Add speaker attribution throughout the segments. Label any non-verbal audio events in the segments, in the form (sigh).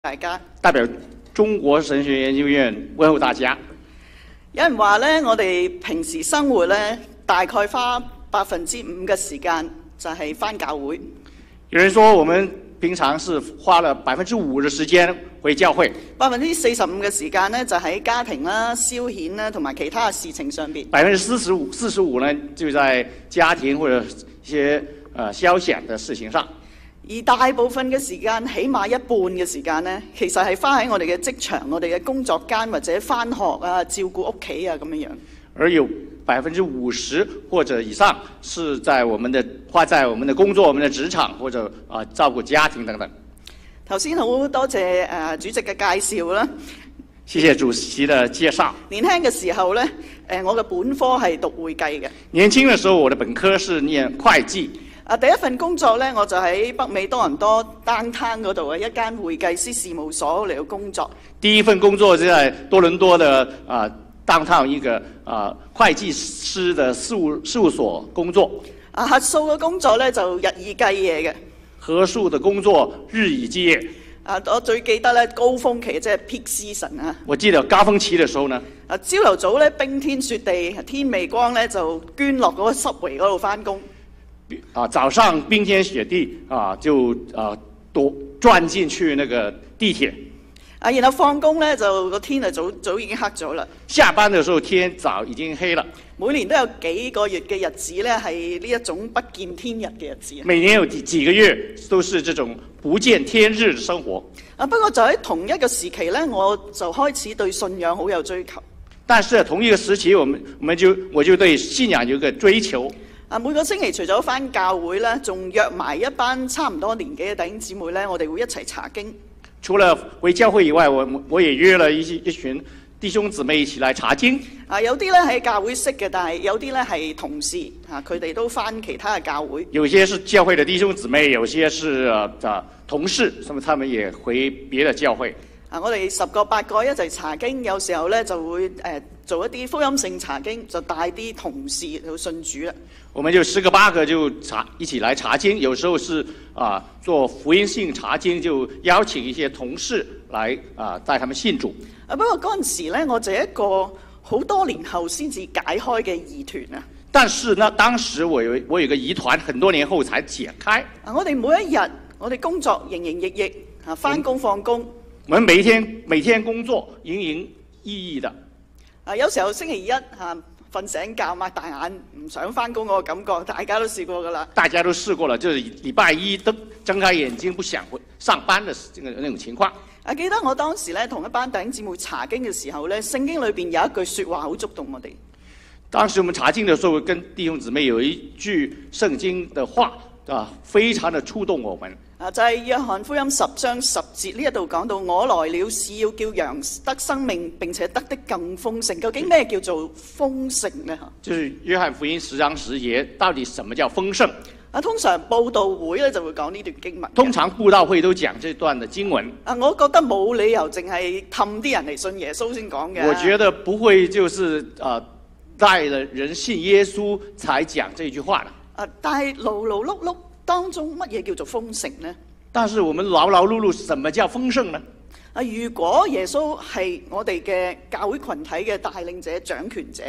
Speaker 1: 大家。
Speaker 2: 代表中國神學研究院問候大家。
Speaker 1: 有人話咧，我哋平時生活咧，大概花百分之五嘅時間就係翻教會。
Speaker 2: 有人說我們平常是花了百分之五的時間回教會，
Speaker 1: 百分之四十五嘅時間呢，就喺家庭啦、消遣啦，同埋其他嘅事情上邊。
Speaker 2: 百分之四十五四十五呢就在家庭或者一些呃消遣的事情上。
Speaker 1: 而大部分嘅時間，起碼一半嘅時間呢，其實係花喺我哋嘅職場、我哋嘅工作間或者翻學啊、照顧屋企啊咁樣樣。
Speaker 2: 而有百分之五十或者以上是在我们的花在我们的工作、我们的职场或者啊、呃照顧家庭等等。
Speaker 1: 頭先好多謝誒、呃主席嘅介紹啦。
Speaker 2: 謝謝主席的介紹。
Speaker 1: 年輕嘅時候呢，誒、我嘅本科係讀會計嘅。
Speaker 2: 年輕的時候，我的本科是念會計，
Speaker 1: 啊，第一份工作呢，我就喺北美多倫多 downtown 嗰度嘅啊一間會計師事務所嚟到工作。
Speaker 2: 第一份工作是在多倫多的啊當趟一個啊、會計師的事務事務所工作，
Speaker 1: 啊，核數嘅工作呢，就日以繼夜嘅。
Speaker 2: 核數的工作日以繼夜。
Speaker 1: 啊，我最記得呢，高峰期即係 peak season 啊！
Speaker 2: 我記得高峰期的時候呢，
Speaker 1: 啊，朝頭早呢，冰天雪地，天未光呢，就捐落嗰個濕圍嗰度翻工。
Speaker 2: 啊早上冰天雪地啊就啊躲鑽進去那個地鐵，
Speaker 1: 啊，然後放工呢，就個天就啊早早已經黑咗啦。
Speaker 2: 下班的時候天早已經黑了。
Speaker 1: 每年都有幾個月嘅日子呢，係呢一種不見天日嘅日子。啊
Speaker 2: 每年有幾幾個月都是這種不見天日的生活，
Speaker 1: 啊，不過就喺同一個時期呢，我就開始對信仰好有追求。
Speaker 2: 但是同一個時期，我們我們就我就對信仰有一個追求。
Speaker 1: 啊，每個星期除咗翻教會咧，仲約埋一班差唔多年紀嘅弟兄姊妹咧，我哋會一齊查經。
Speaker 2: 除了回教會以外，我我也約了一些一群弟兄姊妹一起來查經。
Speaker 1: 啊，有啲咧喺教會識嘅，但係有啲咧係同事嚇，佢、哋都翻其他嘅教會。
Speaker 2: 有些是教會的弟兄姊妹，有些是啊、啊同事，那麼他們也回別的教會。
Speaker 1: 啊，我哋十個八個一齊查經，有時候咧就會誒、呃做一啲福音性查經，就帶啲同事去信主啦。
Speaker 2: 我們就十個八個就查一起來查經，有時候是啊、做福音性查經，就邀請一些同事來啊、帶他們信主。
Speaker 1: 啊，不過嗰陣時咧，我就一個好多年後先至解開嘅疑團啊！
Speaker 2: 但是呢，當時我有我有個疑團，很多年後才解開。
Speaker 1: 啊，我哋每一日我哋工作營營役役嚇，翻工放工。
Speaker 2: 我們每一天每天工作營營役役的，
Speaker 1: 啊，有時候星期一嚇瞓醒覺擘大眼唔想翻工嗰個感覺，大家都試過㗎啦。
Speaker 2: 大家都試過了，就是禮拜一瞪睜開眼睛不想回上班的這個那種情況。
Speaker 1: 啊，記得我當時咧同一班弟兄姊妹查經嘅時候咧，聖經裏邊有一句説話好觸動我哋。
Speaker 2: 當時我們查經的時候，跟弟兄姊妹有一句聖經的話啊，非常的觸動我們。
Speaker 1: 啊，就係、約翰福音十章十節呢一度講到，我來了是要叫羊得生命，並且得的更豐盛。究竟咩叫做豐盛呢？嚇
Speaker 2: 就是約翰福音十章十節，到底什麼叫豐盛？
Speaker 1: 啊，通常報道會咧就會講呢段經文嘅。
Speaker 2: 通常布道會都講這段的經文，
Speaker 1: 啊，我覺得冇理由淨係氹啲人嚟信耶穌先講嘅。
Speaker 2: 我覺得不會就是呃帶了人信耶穌才講這句話的。
Speaker 1: 啊，但係勞勞碌碌當中，乜嘢叫做豐盛呢？
Speaker 2: 但是我們勞勞碌碌，什麼叫豐盛呢？
Speaker 1: 啊，如果耶穌係我哋嘅教會群體嘅帶領者、掌權者，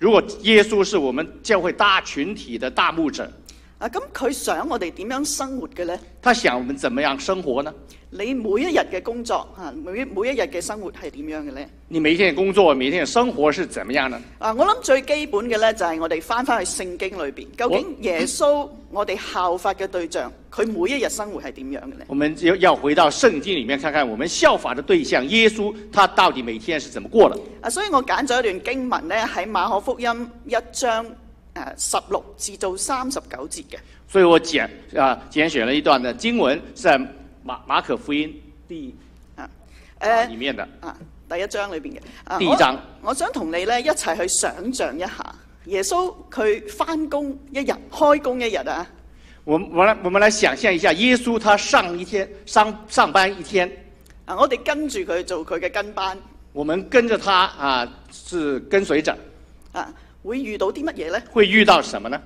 Speaker 2: 如果耶穌是我們教會大群體的大牧者，
Speaker 1: 啊，咁佢想我哋點樣生活嘅呢？
Speaker 2: 他想我們怎麼樣生活呢？
Speaker 1: 你每一日嘅工作啊，每每一日嘅生活係點樣嘅呢？
Speaker 2: 你每一天的工作，每一天的生活是怎麼樣呢？
Speaker 1: 啊，我諗最基本嘅呢，就係我哋翻翻去聖經裏邊，究竟耶穌我哋效法嘅對象，佢每一日生活係點樣嘅呢？
Speaker 2: 我們就要回到聖經裡面看看我們效法的對象耶穌，他到底每天是怎麼過的。
Speaker 1: 啊，所以我揀咗一段經文呢，喺馬可福音一章誒十六至到三十九節嘅。
Speaker 2: 所以我揀啊、揀選了一段的經文，是在馬馬可福音第
Speaker 1: 啊
Speaker 2: 啊
Speaker 1: 誒
Speaker 2: 裡面的。
Speaker 1: 啊，第一章裏邊嘅。啊
Speaker 2: 第二章
Speaker 1: 我，我想同你呢一齊去想像一下，耶穌佢翻工一日，開工一日啊。
Speaker 2: 我們我們來我們來想象一下，耶穌他上一天上上班一天，
Speaker 1: 啊，我哋跟住佢做佢嘅跟班
Speaker 2: 我們跟着他啊是跟隨着，
Speaker 1: 啊，會遇到啲乜嘢呢？
Speaker 2: 會遇到什麼呢？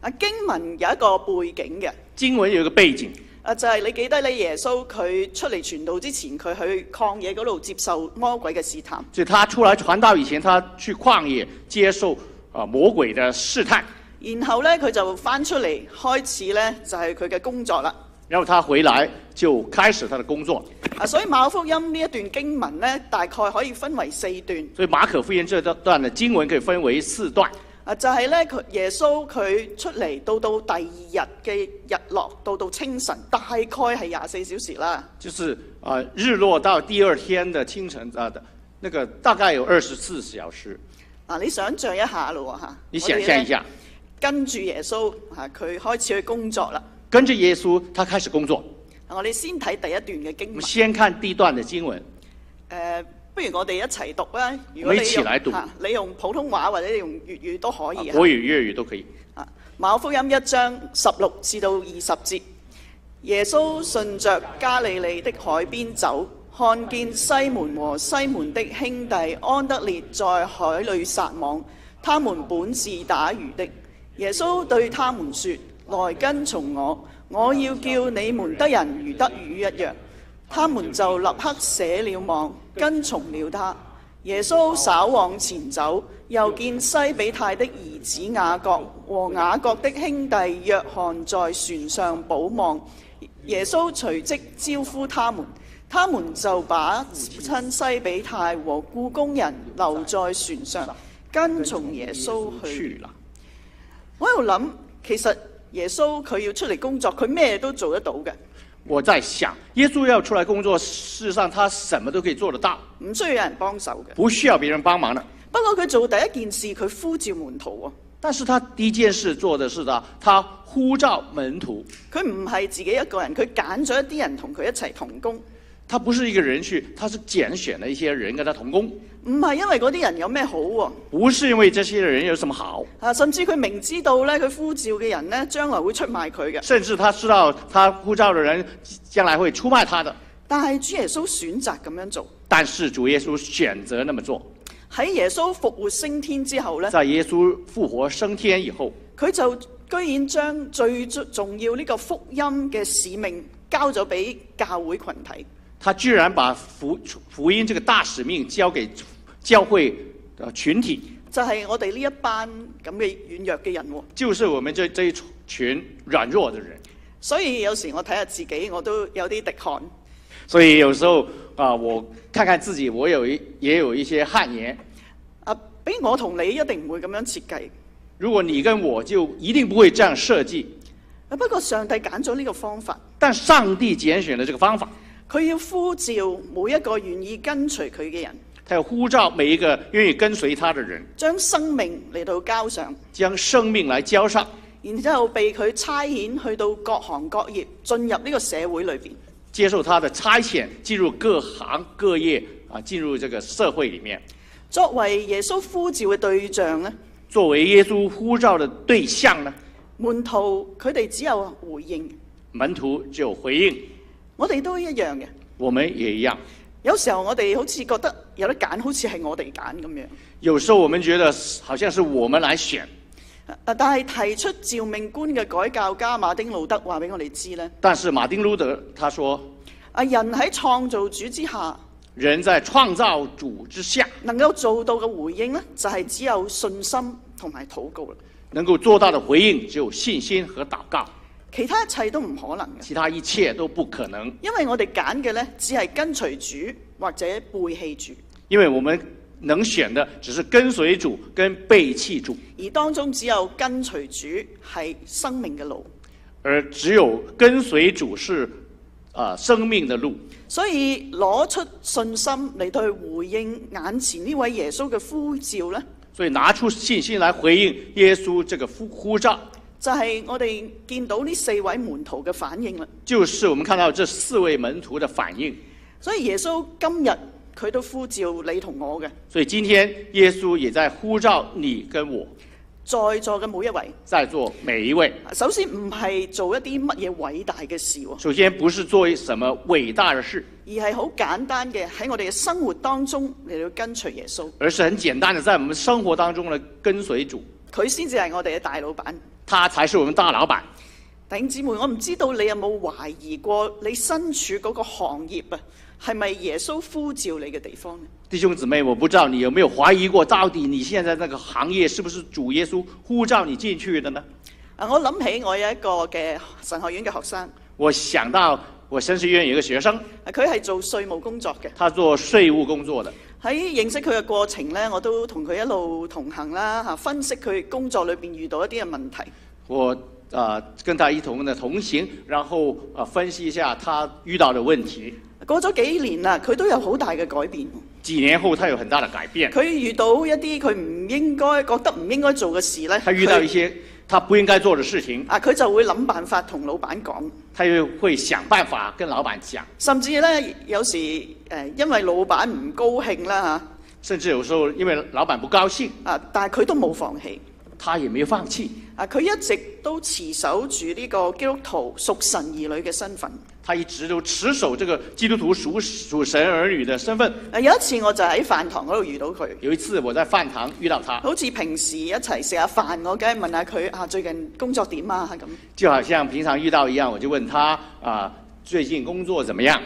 Speaker 1: 啊，經文有一個背景嘅，
Speaker 2: 經文有一個背景，
Speaker 1: 誒、啊，就係、你記得咧，耶穌佢出嚟傳道之前，佢去曠野嗰度接受魔鬼嘅試探。
Speaker 2: 所以他出来传道以前，他去旷野接受啊、魔鬼的试探，
Speaker 1: 然後咧，佢就翻出嚟開始咧，就係佢嘅工作啦。
Speaker 2: 然后他回来就開始他的工作。
Speaker 1: 啊，所以馬可福音呢一段經文咧，大概可以分為四段。
Speaker 2: 所以马可福音这段的经文可以分为四段，
Speaker 1: 啊，就係咧，佢耶穌佢出嚟到到第二日嘅日落，到到清晨，大概係廿四小時啦。
Speaker 2: 就是啊、日落到第二天的清晨啊的、那个大概有二十四小时。
Speaker 1: 啊，你想象一下咯嚇，
Speaker 2: 你想象一
Speaker 1: 我哋呢，
Speaker 2: 下，
Speaker 1: 跟住耶穌啊，佢開始去工作啦。
Speaker 2: 跟着耶稣，他开始工作。
Speaker 1: 啊我哋先睇第一段嘅經
Speaker 2: 我
Speaker 1: 文
Speaker 2: 们。先看第一段的经文，
Speaker 1: 誒、不如我哋一齊讀啦。如果
Speaker 2: 我
Speaker 1: 你
Speaker 2: 哋一
Speaker 1: 用
Speaker 2: 齊嚟讀
Speaker 1: 嚇你用普通話或者你用粵語都可
Speaker 2: 啊
Speaker 1: 以、啊
Speaker 2: 国语、粤语都可以。
Speaker 1: 啊，馬可福音一章十六至到二十節，耶穌順着加利利的海邊走，看見西門和西門的兄弟安德烈在海裏撒網，他們本是打魚的。耶穌對他們說：來跟從我，我要叫你們得人如得魚一樣。他們就立刻捨了網，跟從了他。耶穌稍往前走，又見西比泰的兒子雅各和雅各的兄弟約翰在船上補網。耶穌隨即招呼他們，他們就把親西比泰和僱工人留在船上，跟從耶穌去。
Speaker 2: 了。
Speaker 1: 我喺度諗，其實耶穌佢要出嚟工作，佢咩都做得到嘅，
Speaker 2: 我在想，耶稣要出来工作，事实上他什么都可以做得到，
Speaker 1: 唔需要有人幫手嘅。
Speaker 2: 不需要别人帮忙的。
Speaker 1: 不過佢做第一件事，佢呼召門徒喎。
Speaker 2: 但是他第一件事做的是呢，他呼召门徒，
Speaker 1: 佢唔係自己一個人，佢揀咗一啲人同佢一齊同工，
Speaker 2: 他不是一个人去，他是拣选了一些人跟他同工，
Speaker 1: 唔係因為嗰啲人有咩好喎、
Speaker 2: 不是因为这些人有什么好，
Speaker 1: 啊，甚至佢明知道咧，佢呼召嘅人咧，將來會出賣佢嘅，
Speaker 2: 甚至他知道他呼召的人将来会出卖他的，
Speaker 1: 但係主耶穌選擇咁樣做。
Speaker 2: 但是主耶稣选择那么做。
Speaker 1: 喺耶穌復活升天之後咧，
Speaker 2: 在耶稣复活升天以后，
Speaker 1: 佢就居然將最重要呢個福音嘅使命交咗俾教會群體。
Speaker 2: 他居然把福福音这个大使命交给教会呃群体。
Speaker 1: 就係我哋呢一班咁嘅軟弱嘅人喎，
Speaker 2: 就是我们这这一群软弱的人。
Speaker 1: 所以有時我睇下自己，我都有啲滴汗。
Speaker 2: 所以有时候啊、我看看自己，我有一也有一些汗颜。
Speaker 1: 啊，俾我同你一定唔會咁樣設計。
Speaker 2: 如果你跟我就一定不会这样设计，
Speaker 1: 啊不過上帝揀咗呢個方法，
Speaker 2: 但上帝拣选了这个方法，
Speaker 1: 佢要呼召每一個願意跟隨佢嘅人，
Speaker 2: 他要呼召每一个愿意跟随他的人，
Speaker 1: 將生命嚟到交上，
Speaker 2: 将生命来交上，
Speaker 1: 然之後被佢差遣去到各行各業，進入呢個社會裏邊。
Speaker 2: 接受他的差遣，进入各行各业啊，进入这个社会里面。
Speaker 1: 作為耶穌呼召嘅對象呢，
Speaker 2: 作为耶稣呼召的对象呢，
Speaker 1: 門徒佢哋只有回應，
Speaker 2: 门徒只有回应，
Speaker 1: 我哋都一樣嘅。
Speaker 2: 我们也一样。
Speaker 1: 有時候我哋好似覺得有得揀，好似係我哋揀咁樣。
Speaker 2: 有时候我们觉得好像是我们来选，
Speaker 1: 啊但係提出召命觀嘅改教家馬丁路德話俾我哋知呢。
Speaker 2: 但是马丁路德他说，
Speaker 1: 啊，人喺創造主之下
Speaker 2: 人在创造主之下，
Speaker 1: 能夠做到嘅回應呢，就係、只有信心同埋禱告啦。
Speaker 2: 能够做到的回应只有信心和祷告，
Speaker 1: 其他一切都唔可能嘅，
Speaker 2: 其他一切都不可能。
Speaker 1: 因為我哋揀嘅呢，只係跟隨主或者背棄主，
Speaker 2: 因为我们能选的只是跟隨主跟背棄主，
Speaker 1: 而當中只有跟隨主係生命嘅路。
Speaker 2: 而只有跟隨主是，呃，生命的路。
Speaker 1: 所以攞出信心嚟到去回應眼前呢位耶穌嘅呼召呢，
Speaker 2: 所以拿出信心来回应耶稣这个呼呼召，
Speaker 1: 就係、我哋見到呢四位門徒嘅反應啦。
Speaker 2: 就是我们看到这四位门徒的反应。
Speaker 1: 所以耶穌今日佢都呼召你同我嘅
Speaker 2: 所以今天耶稣也在呼召你跟我，
Speaker 1: 在座嘅每一位。
Speaker 2: 在座每一位。
Speaker 1: 首先唔係做一啲乜嘢偉大嘅事喎，
Speaker 2: 首先不是做什么伟大的事，
Speaker 1: 而係好簡單嘅喺我哋嘅生活當中嚟到跟隨耶穌，
Speaker 2: 而是很简单的，在我们生活当中呢跟随主，
Speaker 1: 佢先至係我哋嘅大老闆。
Speaker 2: 他才是我们大老板。
Speaker 1: 弟兄姊妹，我唔知道你有冇懷疑過你身處嗰個行業啊，係咪耶穌呼召你嘅地方呢？
Speaker 2: 弟兄姊妹，我不知道你有没有怀疑过，到底你现在那个行业是不是主耶稣呼召你进去的呢？
Speaker 1: 啊，我諗起我有一個嘅神學院嘅學生，
Speaker 2: 我想到我神学院有一个学生，
Speaker 1: 啊佢係做稅務工作嘅。
Speaker 2: 他做税务工作的。
Speaker 1: 喺認識佢嘅過程呢，我都同佢一路同行啦，嚇分析佢工作裏邊遇到一啲嘅問題。
Speaker 2: 我啊、呃跟他一同的同行，然后啊、呃分析一下他遇到的问题。
Speaker 1: 過咗幾年啦，佢都有好大嘅改變。
Speaker 2: 几年后，他有很大的改变，
Speaker 1: 佢遇到一啲佢唔應該覺得唔應該做嘅事呢，
Speaker 2: 他遇到一
Speaker 1: 佢
Speaker 2: 些他不应该做的事情，
Speaker 1: 啊佢就會諗辦法同老闆講，
Speaker 2: 他又会想办法跟老板讲，
Speaker 1: 甚至呢，有時誒、呃因為老闆唔高興啦
Speaker 2: 甚至有时候因为老板不高兴，
Speaker 1: 嚇啊，但係佢都冇放棄。
Speaker 2: 他也没有放弃，
Speaker 1: 啊！佢一直都持守住呢個基督徒屬神兒女嘅身份。
Speaker 2: 他一直都持守这个基督徒属属神儿女的身份。
Speaker 1: 啊！有一次我就喺飯堂嗰度遇到佢，
Speaker 2: 有一次我在饭堂遇到他，
Speaker 1: 好似平時一齊食下飯，我梗係問下佢啊，最近工作點啊咁。
Speaker 2: 就好像平常遇到一样，我就问他啊、最近工作怎么样？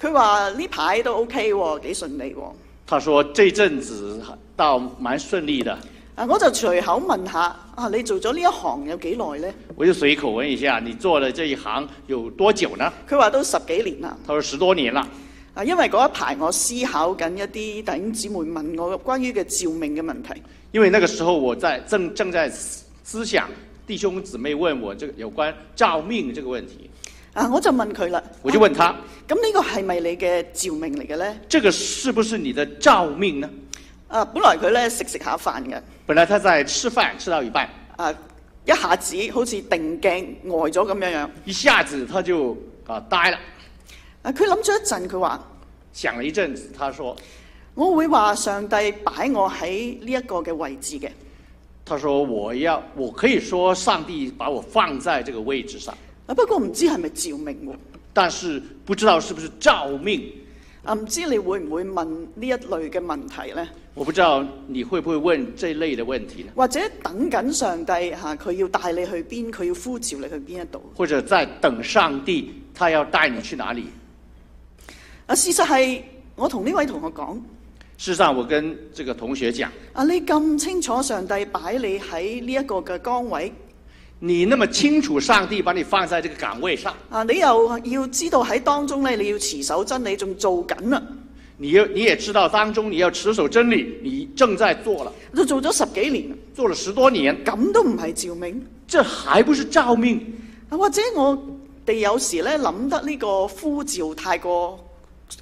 Speaker 1: 佢話呢排都 OK 喎，幾順利喎。
Speaker 2: 他说这阵子倒蛮顺利的。
Speaker 1: 啊！我就隨口問下啊，你做咗呢一行有幾耐呢？
Speaker 2: 我就随口问一下，你做了这一行有多久呢？
Speaker 1: 佢話都十幾年啦。
Speaker 2: 他说十多年了。
Speaker 1: 啊，因為嗰一排我思考緊一啲弟兄姊妹問我關於嘅召命嘅問題。
Speaker 2: 因为那个时候我在正正在思思想弟兄姊妹问我这个有关照命这个问题，
Speaker 1: 啊，我就問佢啦。
Speaker 2: 我就問他
Speaker 1: 啊咁呢、個係咪你嘅召命嚟嘅呢？
Speaker 2: 这个是不是你的照命呢？
Speaker 1: 啊，本來佢咧食食下飯嘅，
Speaker 2: 本来他在吃饭，吃到一半，
Speaker 1: 啊，一下子好似定鏡呆咗咁樣樣。
Speaker 2: 一下子他就啊呆了，
Speaker 1: 啊，佢諗咗一陣，佢話：
Speaker 2: 想了一阵子，他说
Speaker 1: 我會話上帝擺我喺呢一個嘅位置嘅。
Speaker 2: 他说我要我可以说上帝把我放在这个位置上，
Speaker 1: 啊，不過唔知係咪召命喎？
Speaker 2: 但是不知道是不是照命，
Speaker 1: 啊，唔知你會唔會問呢一類嘅問題呢？
Speaker 2: 我不知道你会不会问这类的问题呢？
Speaker 1: 或者等緊上帝嚇，佢、要帶你去邊，佢要呼召你去邊一度？
Speaker 2: 或者在等上帝，他要带你去哪里？
Speaker 1: 啊，事實係我同呢位同學講，
Speaker 2: 事实上，我跟这个同学讲，
Speaker 1: 啊，你咁清楚上帝擺你喺呢一個嘅崗位，
Speaker 2: 你那么清楚上帝把你放在这个岗位上，
Speaker 1: 啊，你又要知道喺當中咧，你要持守真理，仲做緊啊啦，
Speaker 2: 你又你也知道当中你要持守真理，你正在做了，
Speaker 1: 都做咗十幾年啦，
Speaker 2: 做了十多年，
Speaker 1: 咁都唔係照明。
Speaker 2: 这还不是照命？
Speaker 1: 啊，或者我哋有時咧諗得呢個呼召太過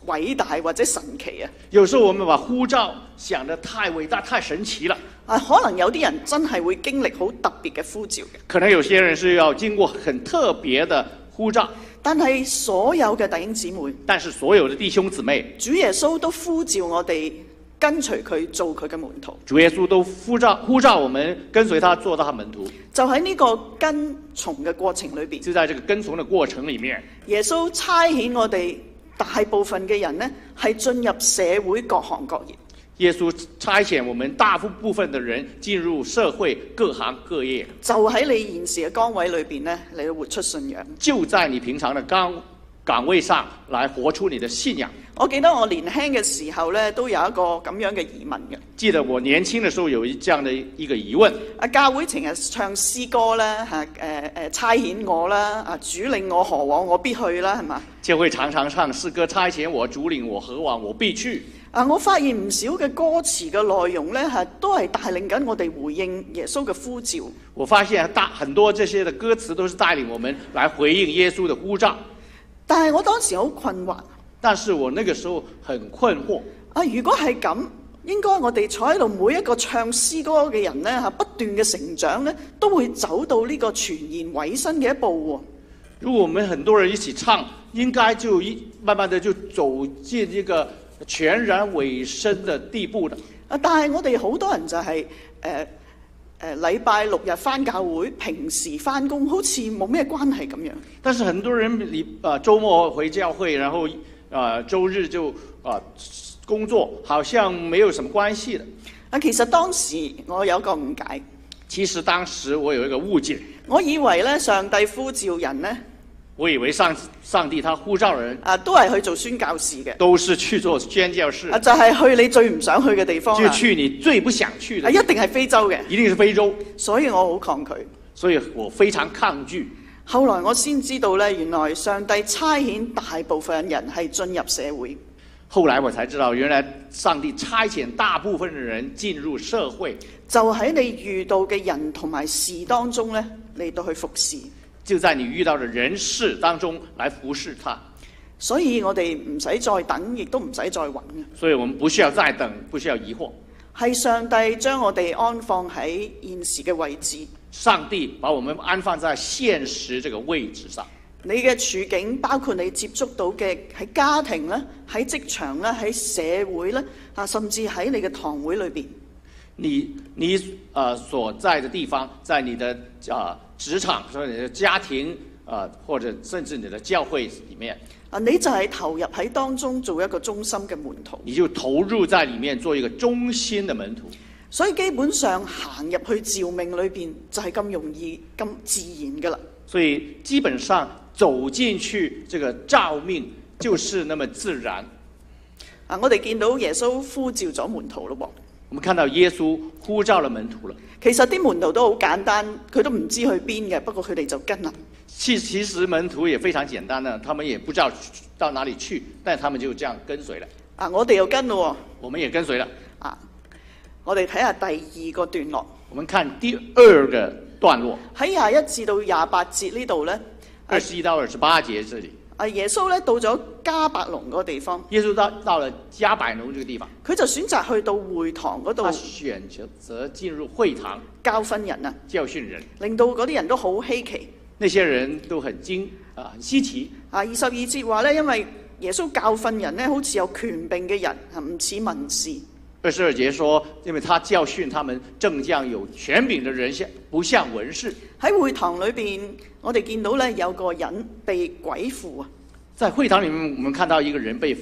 Speaker 1: 偉大或者神奇啊！
Speaker 2: 有时候我们把呼召想得太伟大、太神奇了。
Speaker 1: 啊，可能有啲人真係會經歷好特別嘅呼召嘅，
Speaker 2: 可能有些人是要经过很特别的呼召，
Speaker 1: 但係所有嘅弟兄姊妹，
Speaker 2: 但是所有的弟兄姊妹，
Speaker 1: 主耶穌都呼召我哋跟隨佢做佢嘅門徒。
Speaker 2: 主耶稣都呼召呼召我们跟随他做到他门徒。
Speaker 1: 就喺呢個跟從嘅過程裏邊，
Speaker 2: 就在这个跟从的過程里面，
Speaker 1: 耶穌差遣我哋大部分嘅人呢，係進入社會各行各業。
Speaker 2: 耶穌差遣我们大部分的人进入社会各行各業，
Speaker 1: 就喺你現時嘅崗位裏邊呢，你要活出信仰。
Speaker 2: 就在你平常的岗岗位上来活出你的信仰。
Speaker 1: 我記得我年輕嘅時候呢，都有一個咁樣嘅疑問嘅。
Speaker 2: 記得我年輕的時候有一這樣的一個疑問，
Speaker 1: 啊，教會成日唱詩歌啦，嚇誒誒差遣我啦，啊主領我何往我必去啦，係嘛？
Speaker 2: 就會常常唱詩歌差遣我，主領我何往我必去。
Speaker 1: 啊，我發現唔少嘅歌詞嘅內容呢，嚇都係帶領緊我哋回應耶穌嘅呼召。
Speaker 2: 我發現大很多這些的歌詞都是帶領我們來回應耶穌的呼召，
Speaker 1: 但係我當時好困惑。
Speaker 2: 但是我那個時候很困惑，
Speaker 1: 啊，如果係咁，應該我哋坐喺度每一個唱詩歌嘅人呢，嚇不斷嘅成長呢，都會走到呢個全然委身嘅一步喎、
Speaker 2: 如果我们很多人一起唱，应该就一慢慢的就走进一个全然委身的地步的。
Speaker 1: 啊，但係我哋好多人就係誒誒禮拜六日翻教會，平時翻工，好似冇咩關係咁樣。
Speaker 2: 但是很多人礼啊、周末回教会，然后啊、周日就啊、工作，好像没有什么关系的。
Speaker 1: 啊，其實當時我有個誤解，
Speaker 2: 其实当时我有一个误解，
Speaker 1: 我以為咧上帝呼召人咧
Speaker 2: 我以为上上帝他呼召人
Speaker 1: 啊都係去做宣教士嘅，
Speaker 2: 都是去做宣教士
Speaker 1: 啊，就係、去你最唔想去嘅地方
Speaker 2: 就
Speaker 1: 啦，
Speaker 2: 去你最不想去
Speaker 1: 啊
Speaker 2: 的
Speaker 1: 一，定係非洲嘅，
Speaker 2: 一定是非洲。
Speaker 1: 所以我好抗拒。
Speaker 2: 所以我非常抗拒。
Speaker 1: 後來我先知道咧，原來上帝差遣大部分人係進入社會，
Speaker 2: 后来我才知道，原来上帝差遣大部分的人进入社会，
Speaker 1: 就喺你遇到嘅人同埋事當中咧嚟到去服侍。
Speaker 2: 就在你遇到的人事当中来服侍他。
Speaker 1: 所以我哋唔使再等，亦都唔使再揾嘅，
Speaker 2: 所以我们不需要再等，不需要疑惑。
Speaker 1: 係上帝將我哋安放喺現時嘅位置。
Speaker 2: 上帝把我们安放在现实这个位置上，
Speaker 1: 你嘅處境包括你接觸到嘅喺家庭咧、喺職場咧、喺社會咧啊，甚至喺你嘅堂會裏邊。
Speaker 2: 你你呃所在的地方，在你的啊、职场，或者你的家庭，呃或者甚至你的教会里面，
Speaker 1: 啊，你就係投入喺當中做一個忠心嘅門徒，
Speaker 2: 你就投入在里面做一个忠心的门徒。
Speaker 1: 所以基本上行入去召命裏邊就係咁容易、咁自然噶啦。
Speaker 2: 所以基本上走进去这个照命就是那么自然。
Speaker 1: 啊，我哋見到耶穌呼召咗門徒咯喎，
Speaker 2: 我们看到耶穌呼召了門徒了，
Speaker 1: 其實啲門徒都好簡單，佢都唔知去邊嘅，不過佢哋就跟啦。
Speaker 2: 其其实門徒也非常簡單的，他们也不知道去到哪里去，但他们就這樣跟隨了。
Speaker 1: 啊，我哋又跟咯
Speaker 2: 我們也跟隨了。
Speaker 1: 喎。啊，我哋睇下第二個段落。
Speaker 2: 我們看第二個段落，
Speaker 1: 喺廿一至到廿八節呢度呢，
Speaker 2: 二十一到二十八節這裡，
Speaker 1: 啊耶穌呢到咗加百隆嗰個地方，
Speaker 2: 耶穌到到了加百農這個地方，
Speaker 1: 佢就選擇去到會堂嗰度
Speaker 2: 他選擇進入會堂
Speaker 1: 教訓人啊，
Speaker 2: 教訓人，
Speaker 1: 令到嗰啲人都好稀奇。
Speaker 2: 那些人都很驚啊，很稀奇。
Speaker 1: 啊，二十二節話呢，因為耶穌教訓人呢，好似有權柄嘅人，啊唔似文士。
Speaker 2: 二十二节说，因为他教训他们正将有权柄的人像不像文士，
Speaker 1: 喺會堂裏邊，我哋見到呢，有個人被鬼附啊，
Speaker 2: 在会堂里面，我们看到一个人被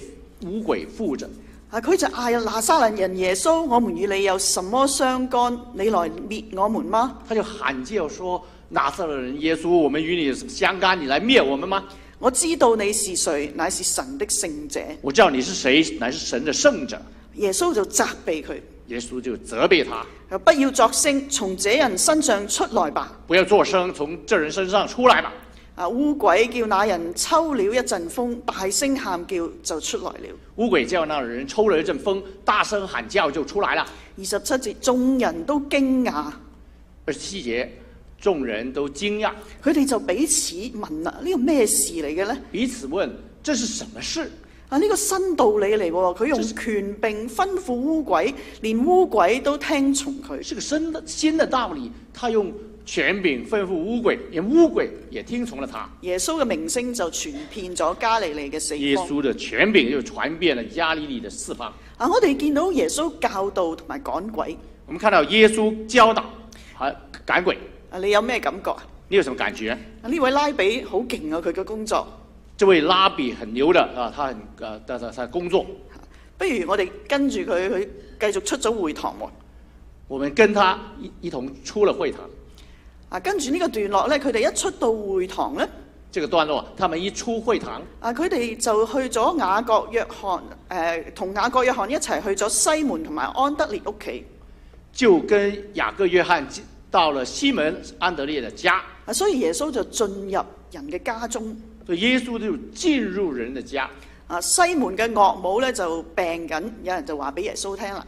Speaker 2: 五鬼附着，
Speaker 1: 啊佢就嗌啊拿撒勒人耶穌，我們與你有什麼相干？你來滅我們嗎？
Speaker 2: 他就喊叫说：“拿撒勒人耶稣，我们与你相干，你来灭我们吗？
Speaker 1: 我知道你是誰，乃是神的聖者。
Speaker 2: 我知道你是谁，乃是神的圣者。
Speaker 1: 耶穌就責備佢。”
Speaker 2: 耶稣就责备他
Speaker 1: 不要作聲，從這人身上出來吧。：“
Speaker 2: 不要作声，从这人身上出来吧。
Speaker 1: 啊，烏鬼叫那人抽了一陣風，大聲喊叫就出來了。”
Speaker 2: 乌鬼叫那人抽了一阵风，大声喊叫就出来了。
Speaker 1: 二十七節，眾人都驚訝，
Speaker 2: 二十七节，众人都惊讶，
Speaker 1: 佢哋就彼此問啦：呢個咩事嚟嘅呢？
Speaker 2: 彼此问：“这是什么事？”
Speaker 1: 啊，呢、個新道理嚟喎，佢用權柄吩咐烏鬼，連烏鬼都聽從佢。
Speaker 2: 是个新的新的道理，他用权柄吩咐乌鬼，连乌鬼也听从了他。
Speaker 1: 耶穌嘅名聲就傳遍咗加利利嘅四
Speaker 2: 耶
Speaker 1: 方。
Speaker 2: 稣的权柄就传遍了加利利的四方。
Speaker 1: 啊，我哋見到耶穌教導同埋趕鬼，
Speaker 2: 我们看到耶稣教导，还赶鬼，
Speaker 1: 啊，你有咩感覺啊？
Speaker 2: 你有什么感觉？
Speaker 1: 啊呢位拉比好勁啊，佢嘅工作。
Speaker 2: 这位拉比很牛的啊，他很呃，他他他工作，
Speaker 1: 不如我哋跟住佢，佢繼續出咗會堂喎。
Speaker 2: 我们跟他一一同出了会堂。
Speaker 1: 啊，跟住呢個段落呢，佢哋一出到會堂呢，
Speaker 2: 这个段落，他们一出会堂，
Speaker 1: 啊，佢哋就去咗雅各、約翰，誒、同雅各、約翰一齊去咗西門同埋安德烈屋企。
Speaker 2: 就跟雅各、约翰进到了西门安德烈的家，
Speaker 1: 啊，所以耶穌就進入人嘅家中。
Speaker 2: 所以耶稣就进入人的家。
Speaker 1: 啊，西門嘅岳母呢就病緊，有人就話俾耶穌聽啦。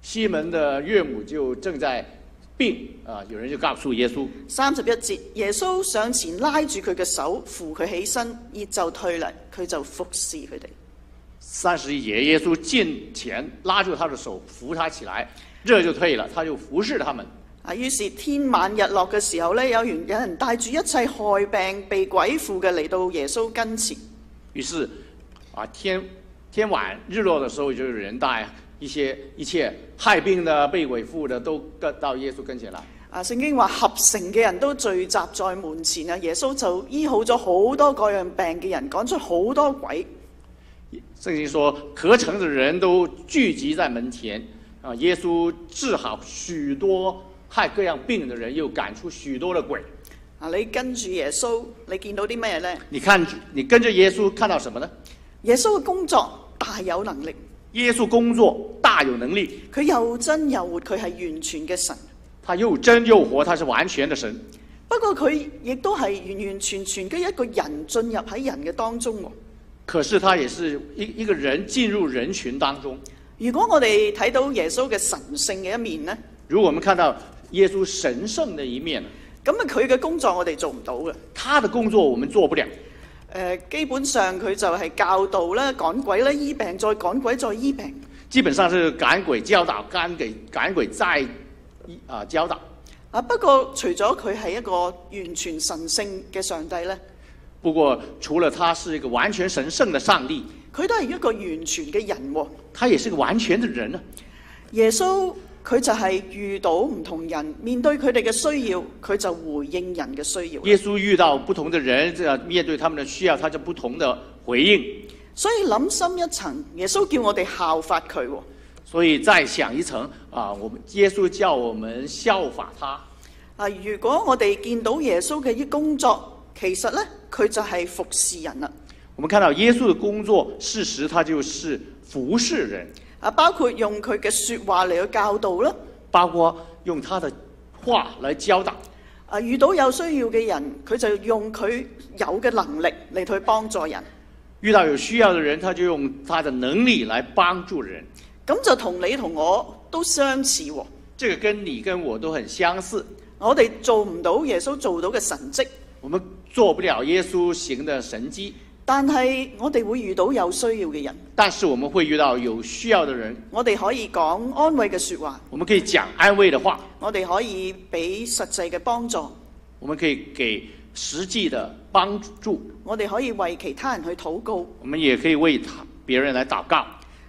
Speaker 2: 西门的岳母就正在病啊、有人就告诉耶稣，
Speaker 1: 三十一節，耶穌上前拉住佢嘅手，扶佢起身，熱就退嚟，佢就服侍佢哋。
Speaker 2: 三十一节，耶稣近前拉住他的手，扶他起来，热就退了，他就服侍他们。
Speaker 1: 啊，於是天晚日落嘅時候咧，有緣有人帶住一切害病被鬼附嘅嚟到耶穌跟前。
Speaker 2: 于是，啊天天晚日落的时候，就有人带一些一切害病的、被鬼附的都跟到耶稣跟前来。
Speaker 1: 啊，聖經話合城嘅人都聚集在門前啊，耶穌就醫好咗好多各樣病嘅人，趕出好多鬼。
Speaker 2: 圣经说，合城的人都聚集在门前，啊，耶稣治好许多害各样病的人，又赶出许多的鬼。
Speaker 1: 啊，你跟住耶穌，你見到啲咩呢？
Speaker 2: 你看，你跟着耶稣看到什么呢？
Speaker 1: 耶穌嘅工作大有能力，
Speaker 2: 耶稣工作大有能力，
Speaker 1: 佢又真又活，佢係完全嘅神。
Speaker 2: 他又真又活，他是完全的神。
Speaker 1: 不過佢亦都係完完全全嘅一個人進入喺人嘅當中喎。
Speaker 2: 可是他也是一一个人进入人群当中。
Speaker 1: 如果我哋睇到耶穌嘅神聖嘅一面呢，
Speaker 2: 如果我们看到耶稣神圣的一面，
Speaker 1: 咁啊佢嘅工作我哋做唔到嘅。
Speaker 2: 他的工作我们做不了。
Speaker 1: 誒、基本上佢就係教導啦、趕鬼啦、醫病再趕鬼再醫病。
Speaker 2: 基本上是赶鬼教导，赶鬼赶鬼再一啊、教导。
Speaker 1: 啊，不過除咗佢係一個完全神聖嘅上帝呢，
Speaker 2: 不过除了他是一个完全神圣的上帝，
Speaker 1: 佢都係一個完全嘅人喎。
Speaker 2: 他也是个完全的人啊。
Speaker 1: 耶穌佢就係遇到唔同人，面對佢哋嘅需要，佢就回應人嘅需要。
Speaker 2: 耶稣遇到不同的人，这样面对他们的需要，他就不同的回应。
Speaker 1: 所以諗深一層，耶穌叫我哋效法佢喎。
Speaker 2: 所以再想一层啊，我们耶稣叫我们效法他。
Speaker 1: 啊，如果我哋見到耶穌嘅一工作，其實呢，佢就係服侍人啦。
Speaker 2: 我们看到耶稣的工作，事实他就是服侍人，
Speaker 1: 啊，包括用佢嘅説話嚟去教導啦。
Speaker 2: 包括用他的话来教导。
Speaker 1: 啊，遇到有需要嘅人，佢就用佢有嘅能力嚟去幫助人。
Speaker 2: 遇到有需要的人，他就用他的能力来幫助人。
Speaker 1: 咁就同你同我都相似喎。
Speaker 2: 这个跟你跟我都很相似，
Speaker 1: 我哋做唔到耶穌做到嘅神蹟，
Speaker 2: 我们做不了耶稣行的神迹，
Speaker 1: 但係我哋會遇到有需要嘅人，
Speaker 2: 但是我们会遇到有需要的人，
Speaker 1: 我哋可以講安慰嘅説話，
Speaker 2: 我们可以讲安慰的话，
Speaker 1: 我哋可以俾實際嘅幫助，
Speaker 2: 我们可以给实际的帮助，
Speaker 1: 我哋可以為其他人去禱告。
Speaker 2: 我们也可以为他别人来祷告。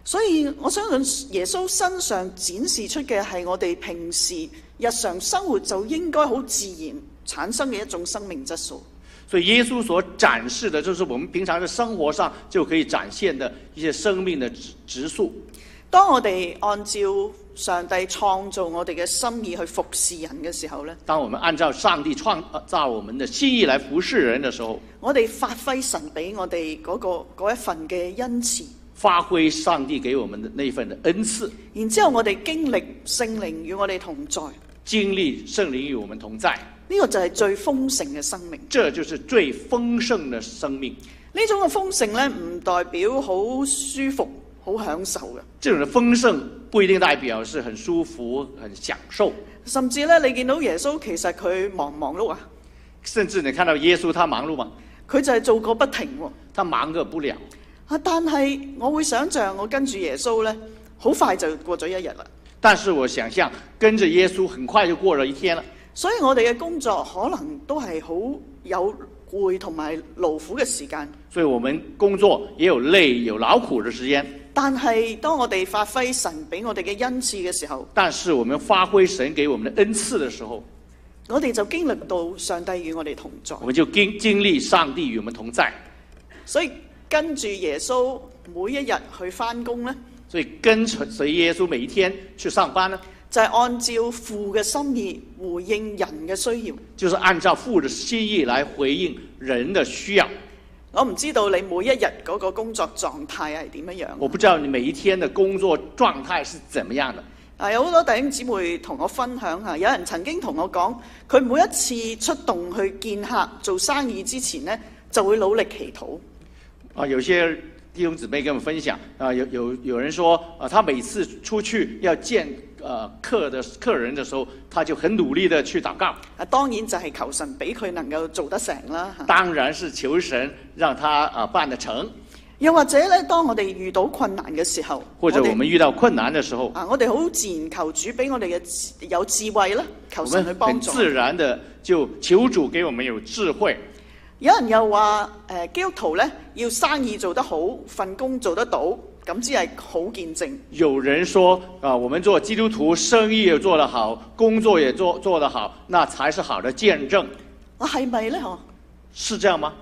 Speaker 1: 所以我相信耶穌身上展示出嘅係我哋平時日常生活就應該好自然產生嘅一種生命質素。
Speaker 2: 所以耶稣所展示的，就是我们平常的生活上就可以展现的一些生命的植植树。
Speaker 1: 當我哋按照上帝創造我哋嘅心意去服侍人嘅時候呢，
Speaker 2: 当我们按照上帝创呃造我们的心意来服侍人的时候，
Speaker 1: 我哋發揮神俾我哋嗰、個嗰一份嘅恩賜，
Speaker 2: 发挥上帝给我们的那份的恩赐，
Speaker 1: 然之後我哋經歷聖靈與我哋同在，呢、
Speaker 2: 经历圣灵与我们同在，
Speaker 1: 個就係最豐盛嘅生命。
Speaker 2: 这就是最丰盛的生命。
Speaker 1: 呢種嘅豐盛呢，唔代表好舒服、好享受嘅，
Speaker 2: 这种的丰盛不一定代表是很舒服、很享受，
Speaker 1: 甚至呢，你見到耶穌其實佢忙唔忙碌啊，
Speaker 2: 甚至你看到耶稣他忙碌吗？
Speaker 1: 佢就係做個不停喎。
Speaker 2: 他忙个不了。
Speaker 1: 啊，但係我會想像我跟住耶穌呢，好快就過咗一日啦。
Speaker 2: 但是我想象跟着耶稣很快就过了一天了。
Speaker 1: 所以我哋嘅工作可能都係好有攰同埋勞苦嘅時間，
Speaker 2: 所以我们工作也有累有劳苦的时间，
Speaker 1: 但係當我哋發揮神俾我哋嘅恩賜嘅時候，
Speaker 2: 但是我们发挥神给我们的恩赐的时候，
Speaker 1: 我哋就經歷到上帝與我哋同在
Speaker 2: 我。们就经经历上帝与我们同在。
Speaker 1: 所以跟住耶穌每一日去翻工呢，
Speaker 2: 所以跟随耶稣每一天去上班呢，
Speaker 1: 就係、按照父嘅心意回應人嘅需要。
Speaker 2: 就是按照父的心意来回应人的需要。
Speaker 1: 我唔知道你每一日嗰個工作狀態係點樣樣。
Speaker 2: 我不知道你每一天的工作状态是怎么样的。
Speaker 1: 啊，有好多弟兄姊妹同我分享嚇，有人曾經同我講，佢每一次出動去見客做生意之前呢，就會努力祈禱。
Speaker 2: 啊，有些弟兄姊妹跟我们分享啊，有有有人说啊，他每次出去要见呃客的客人的时候，他就很努力的去祷告，
Speaker 1: 啊，當然就係求神俾佢能夠做得成啦嚇。
Speaker 2: 当然是求神让他啊办得成。
Speaker 1: 又或者呢，當我哋遇到困難嘅時候，
Speaker 2: 或者
Speaker 1: 我
Speaker 2: 我
Speaker 1: 哋
Speaker 2: 们遇到困难的时候，
Speaker 1: 啊，我哋好自然求主俾我哋嘅智有智慧啦，求
Speaker 2: 我
Speaker 1: 神去
Speaker 2: 们
Speaker 1: 幫
Speaker 2: 很
Speaker 1: 助。
Speaker 2: 自然的就求主给我们有智慧。
Speaker 1: 有人又話誒、呃基督徒呢，要生意做得好，份工做得到，咁只係好見證。
Speaker 2: 有人说啊，我们做基督徒，生意也做得好，工作也做做得好，那才是好的见证，
Speaker 1: 啊，係咪呢？嗬？
Speaker 2: 是这样吗？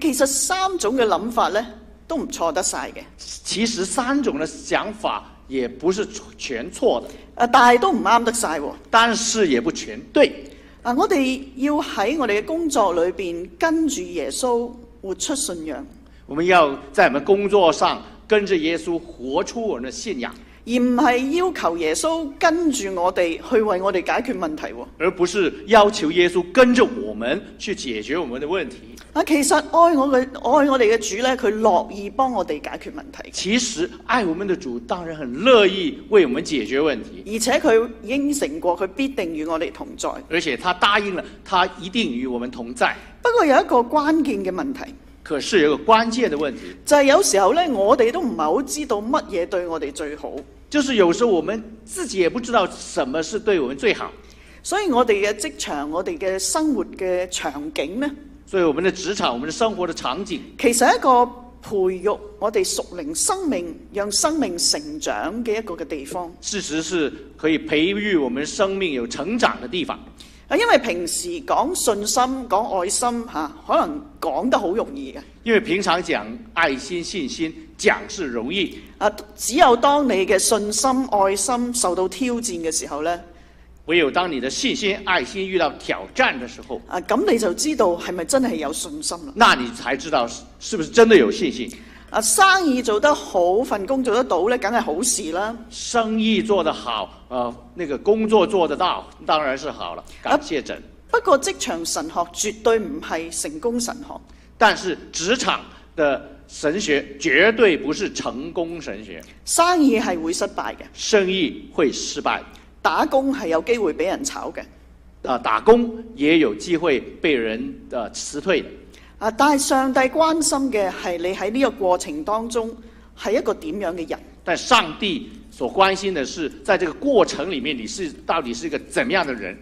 Speaker 1: 其實三種嘅諗法呢都唔錯得晒嘅。
Speaker 2: 其实三种的想法也不是全错的，
Speaker 1: 啊，但係都唔啱得晒喎。
Speaker 2: 但是也不全对。
Speaker 1: 嗱，我哋要喺我哋嘅工作裏邊跟住耶穌活出信仰，
Speaker 2: 我们要在我们工作上跟着耶稣活出我们的信仰，
Speaker 1: 而唔係要求耶穌跟住我哋去為我哋解決問題喎。
Speaker 2: 而不是要求耶稣跟着我们去解决我们的问题。
Speaker 1: 啊，其實愛我嘅愛我哋嘅主呢，佢樂意幫我哋解決問題，
Speaker 2: 其实爱我们的主当然很乐意为我们解决问题，
Speaker 1: 而且佢應承過佢必定與我哋同在。
Speaker 2: 而且他答应了，他一定与我们同在。
Speaker 1: 不過有一個關鍵嘅問題，
Speaker 2: 可是有一个关键的问题，
Speaker 1: 就係、有時候呢，我哋都唔係好知道乜嘢對我哋最好，
Speaker 2: 就是有时候我们自己也不知道什么是对我们最好，
Speaker 1: 所以我哋嘅職場、我哋嘅生活嘅場景呢，
Speaker 2: 所以我们的职场、我们的生活的场景，
Speaker 1: 其實係一個培育我哋屬靈生命、讓生命成長嘅一個嘅地方。
Speaker 2: 事实是可以培育我们生命有成长的地方。
Speaker 1: 啊，因為平時講信心、講愛心嚇、可能講得好容易嘅。
Speaker 2: 因为平常讲爱心、信心，讲是容易，
Speaker 1: 啊，只有當你嘅信心、愛心受到挑戰嘅時候呢，
Speaker 2: 唯有当你的信心、爱心遇到挑战的时候，
Speaker 1: 啊，咁你就知道係咪真係有信心啦。
Speaker 2: 那你才知道是是不是真的有信心。
Speaker 1: 啊，生意做得好，份工做得到呢，梗係好事啦。
Speaker 2: 生意做得好，呃，那个工作做得到，当然是好了，感谢神。
Speaker 1: 不過職場神學絕對唔係成功神學。
Speaker 2: 但是职场的神学绝对不是成功神学，
Speaker 1: 生意係會失敗嘅，
Speaker 2: 生意会失败，
Speaker 1: 打工係有機會俾人炒嘅。
Speaker 2: 啊、打工也有机会被人呃辞退的。
Speaker 1: 啊，但係上帝關心嘅係你喺呢個過程當中係一個點樣嘅人。
Speaker 2: 但上帝所关心的是，在这个过程里面，你是到底是一个怎么样的人？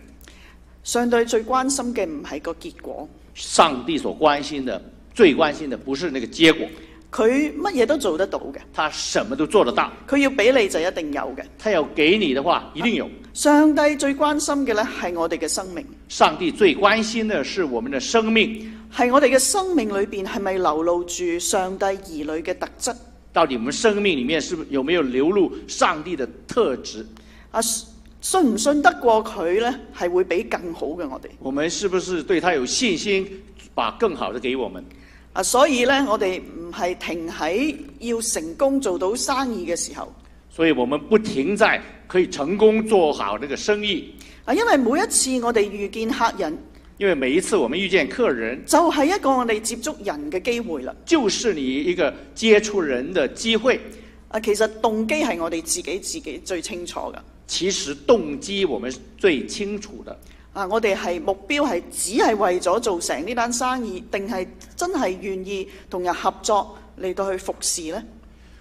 Speaker 1: 上帝最關心嘅唔係個結果，
Speaker 2: 上帝所关心的，最关心的不是那个结果，
Speaker 1: 佢乜嘢都做得到嘅，
Speaker 2: 他什么都做得到，
Speaker 1: 佢要俾你就一定有嘅。
Speaker 2: 他要给你的话一定有。
Speaker 1: 上帝最關心嘅呢係我哋嘅生命，
Speaker 2: 上帝最关心的是我们的生命，
Speaker 1: 係我哋嘅生命裏邊係咪流露住上帝兒女嘅特質？
Speaker 2: 到底我们生命里面是不是有没有流露上帝的特质？
Speaker 1: 啊，信唔信得過佢呢？係會俾更好嘅我哋。
Speaker 2: 我们是不是对他有信心，把更好的给我们？
Speaker 1: 啊，所以呢，我哋唔係停喺要成功做到生意嘅時候。
Speaker 2: 所以我们不停在可以成功做好这个生意，
Speaker 1: 啊，因為每一次我哋遇見客人，
Speaker 2: 因为每一次我们遇見客人，
Speaker 1: 就係、一個我哋接觸人嘅機會啦。
Speaker 2: 就是你一个接触人的机会。
Speaker 1: 啊，其實動機係我哋自己自己最清楚噶。
Speaker 2: 其实动机我们最清楚的，
Speaker 1: 啊，我哋係目標係只係為咗做成呢單生意，定係真係願意同人合作嚟到去服侍呢？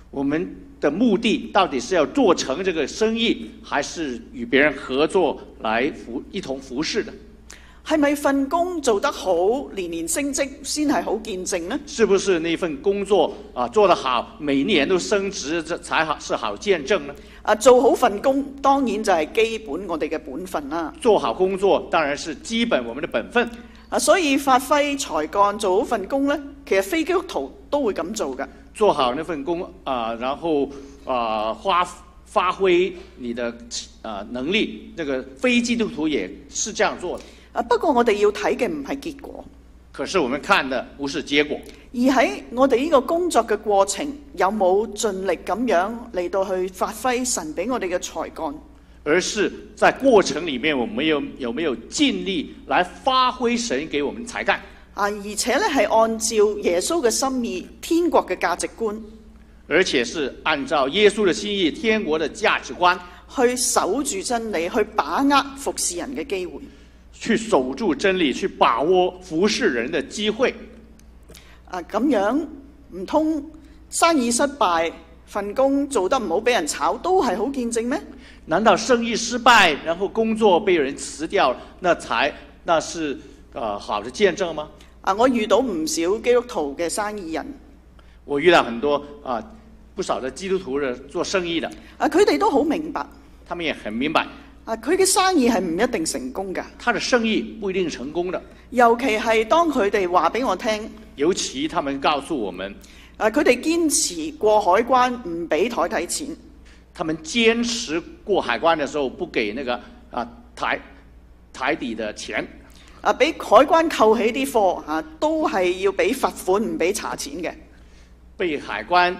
Speaker 2: 我们的目的到底是要做成这个生意，还是与别人合作来服一同服侍的？
Speaker 1: 係咪份工做得好，年年升職先係好見證呢？
Speaker 2: 是不是那份工作啊做得好，每年都升职，这才好是好见证呢？
Speaker 1: 啊，做好份工當然就係基本我哋嘅本分啦。
Speaker 2: 做好工作当然是基本我们的本分，
Speaker 1: 啊，所以發揮才幹做好份工呢，其實非基督徒都會咁做噶。
Speaker 2: 做好那份工啊、然后啊、发发挥你的啊、能力，这个非基督徒也是这样做的。
Speaker 1: 啊，不過我哋要睇嘅唔係結果，
Speaker 2: 可是我们看的不是结果，
Speaker 1: 而喺我哋呢個工作嘅過程，有冇盡力咁樣嚟到去發揮神俾我哋嘅才幹？
Speaker 2: 而是在过程里面，我们有有没有尽力来发挥神给我们才干，
Speaker 1: 啊，而且咧係按照耶穌嘅心意、天國嘅價值觀
Speaker 2: 而且是按照耶稣的心意、天国的价值观
Speaker 1: 去守住真理，去把握服侍人嘅機會。
Speaker 2: 去守住真理，去把握服侍人的机会。
Speaker 1: 啊，咁樣唔通生意失敗，份工做得唔好，俾人炒都係好見證咩？
Speaker 2: 难道生意失败，然后工作被人辞掉，那才那是呃好的见证吗？
Speaker 1: 啊，我遇到唔少基督徒嘅生意人，
Speaker 2: 我遇到很多啊、不少的基督徒的做生意的，
Speaker 1: 啊，佢哋都好明白，
Speaker 2: 他们也很明白，
Speaker 1: 啊，佢嘅生意係唔一定成功㗎。
Speaker 2: 他的生意不一定成功的。
Speaker 1: 尤其係當佢哋話俾我聽，
Speaker 2: 尤其他们告诉我们，
Speaker 1: 啊，佢哋堅持過海關唔俾台底錢，
Speaker 2: 他们坚持过海关的时候不给那个啊台台底的钱，
Speaker 1: 啊，俾海關扣起啲貨嚇，都係要俾罰款，唔俾查錢嘅。
Speaker 2: 被海关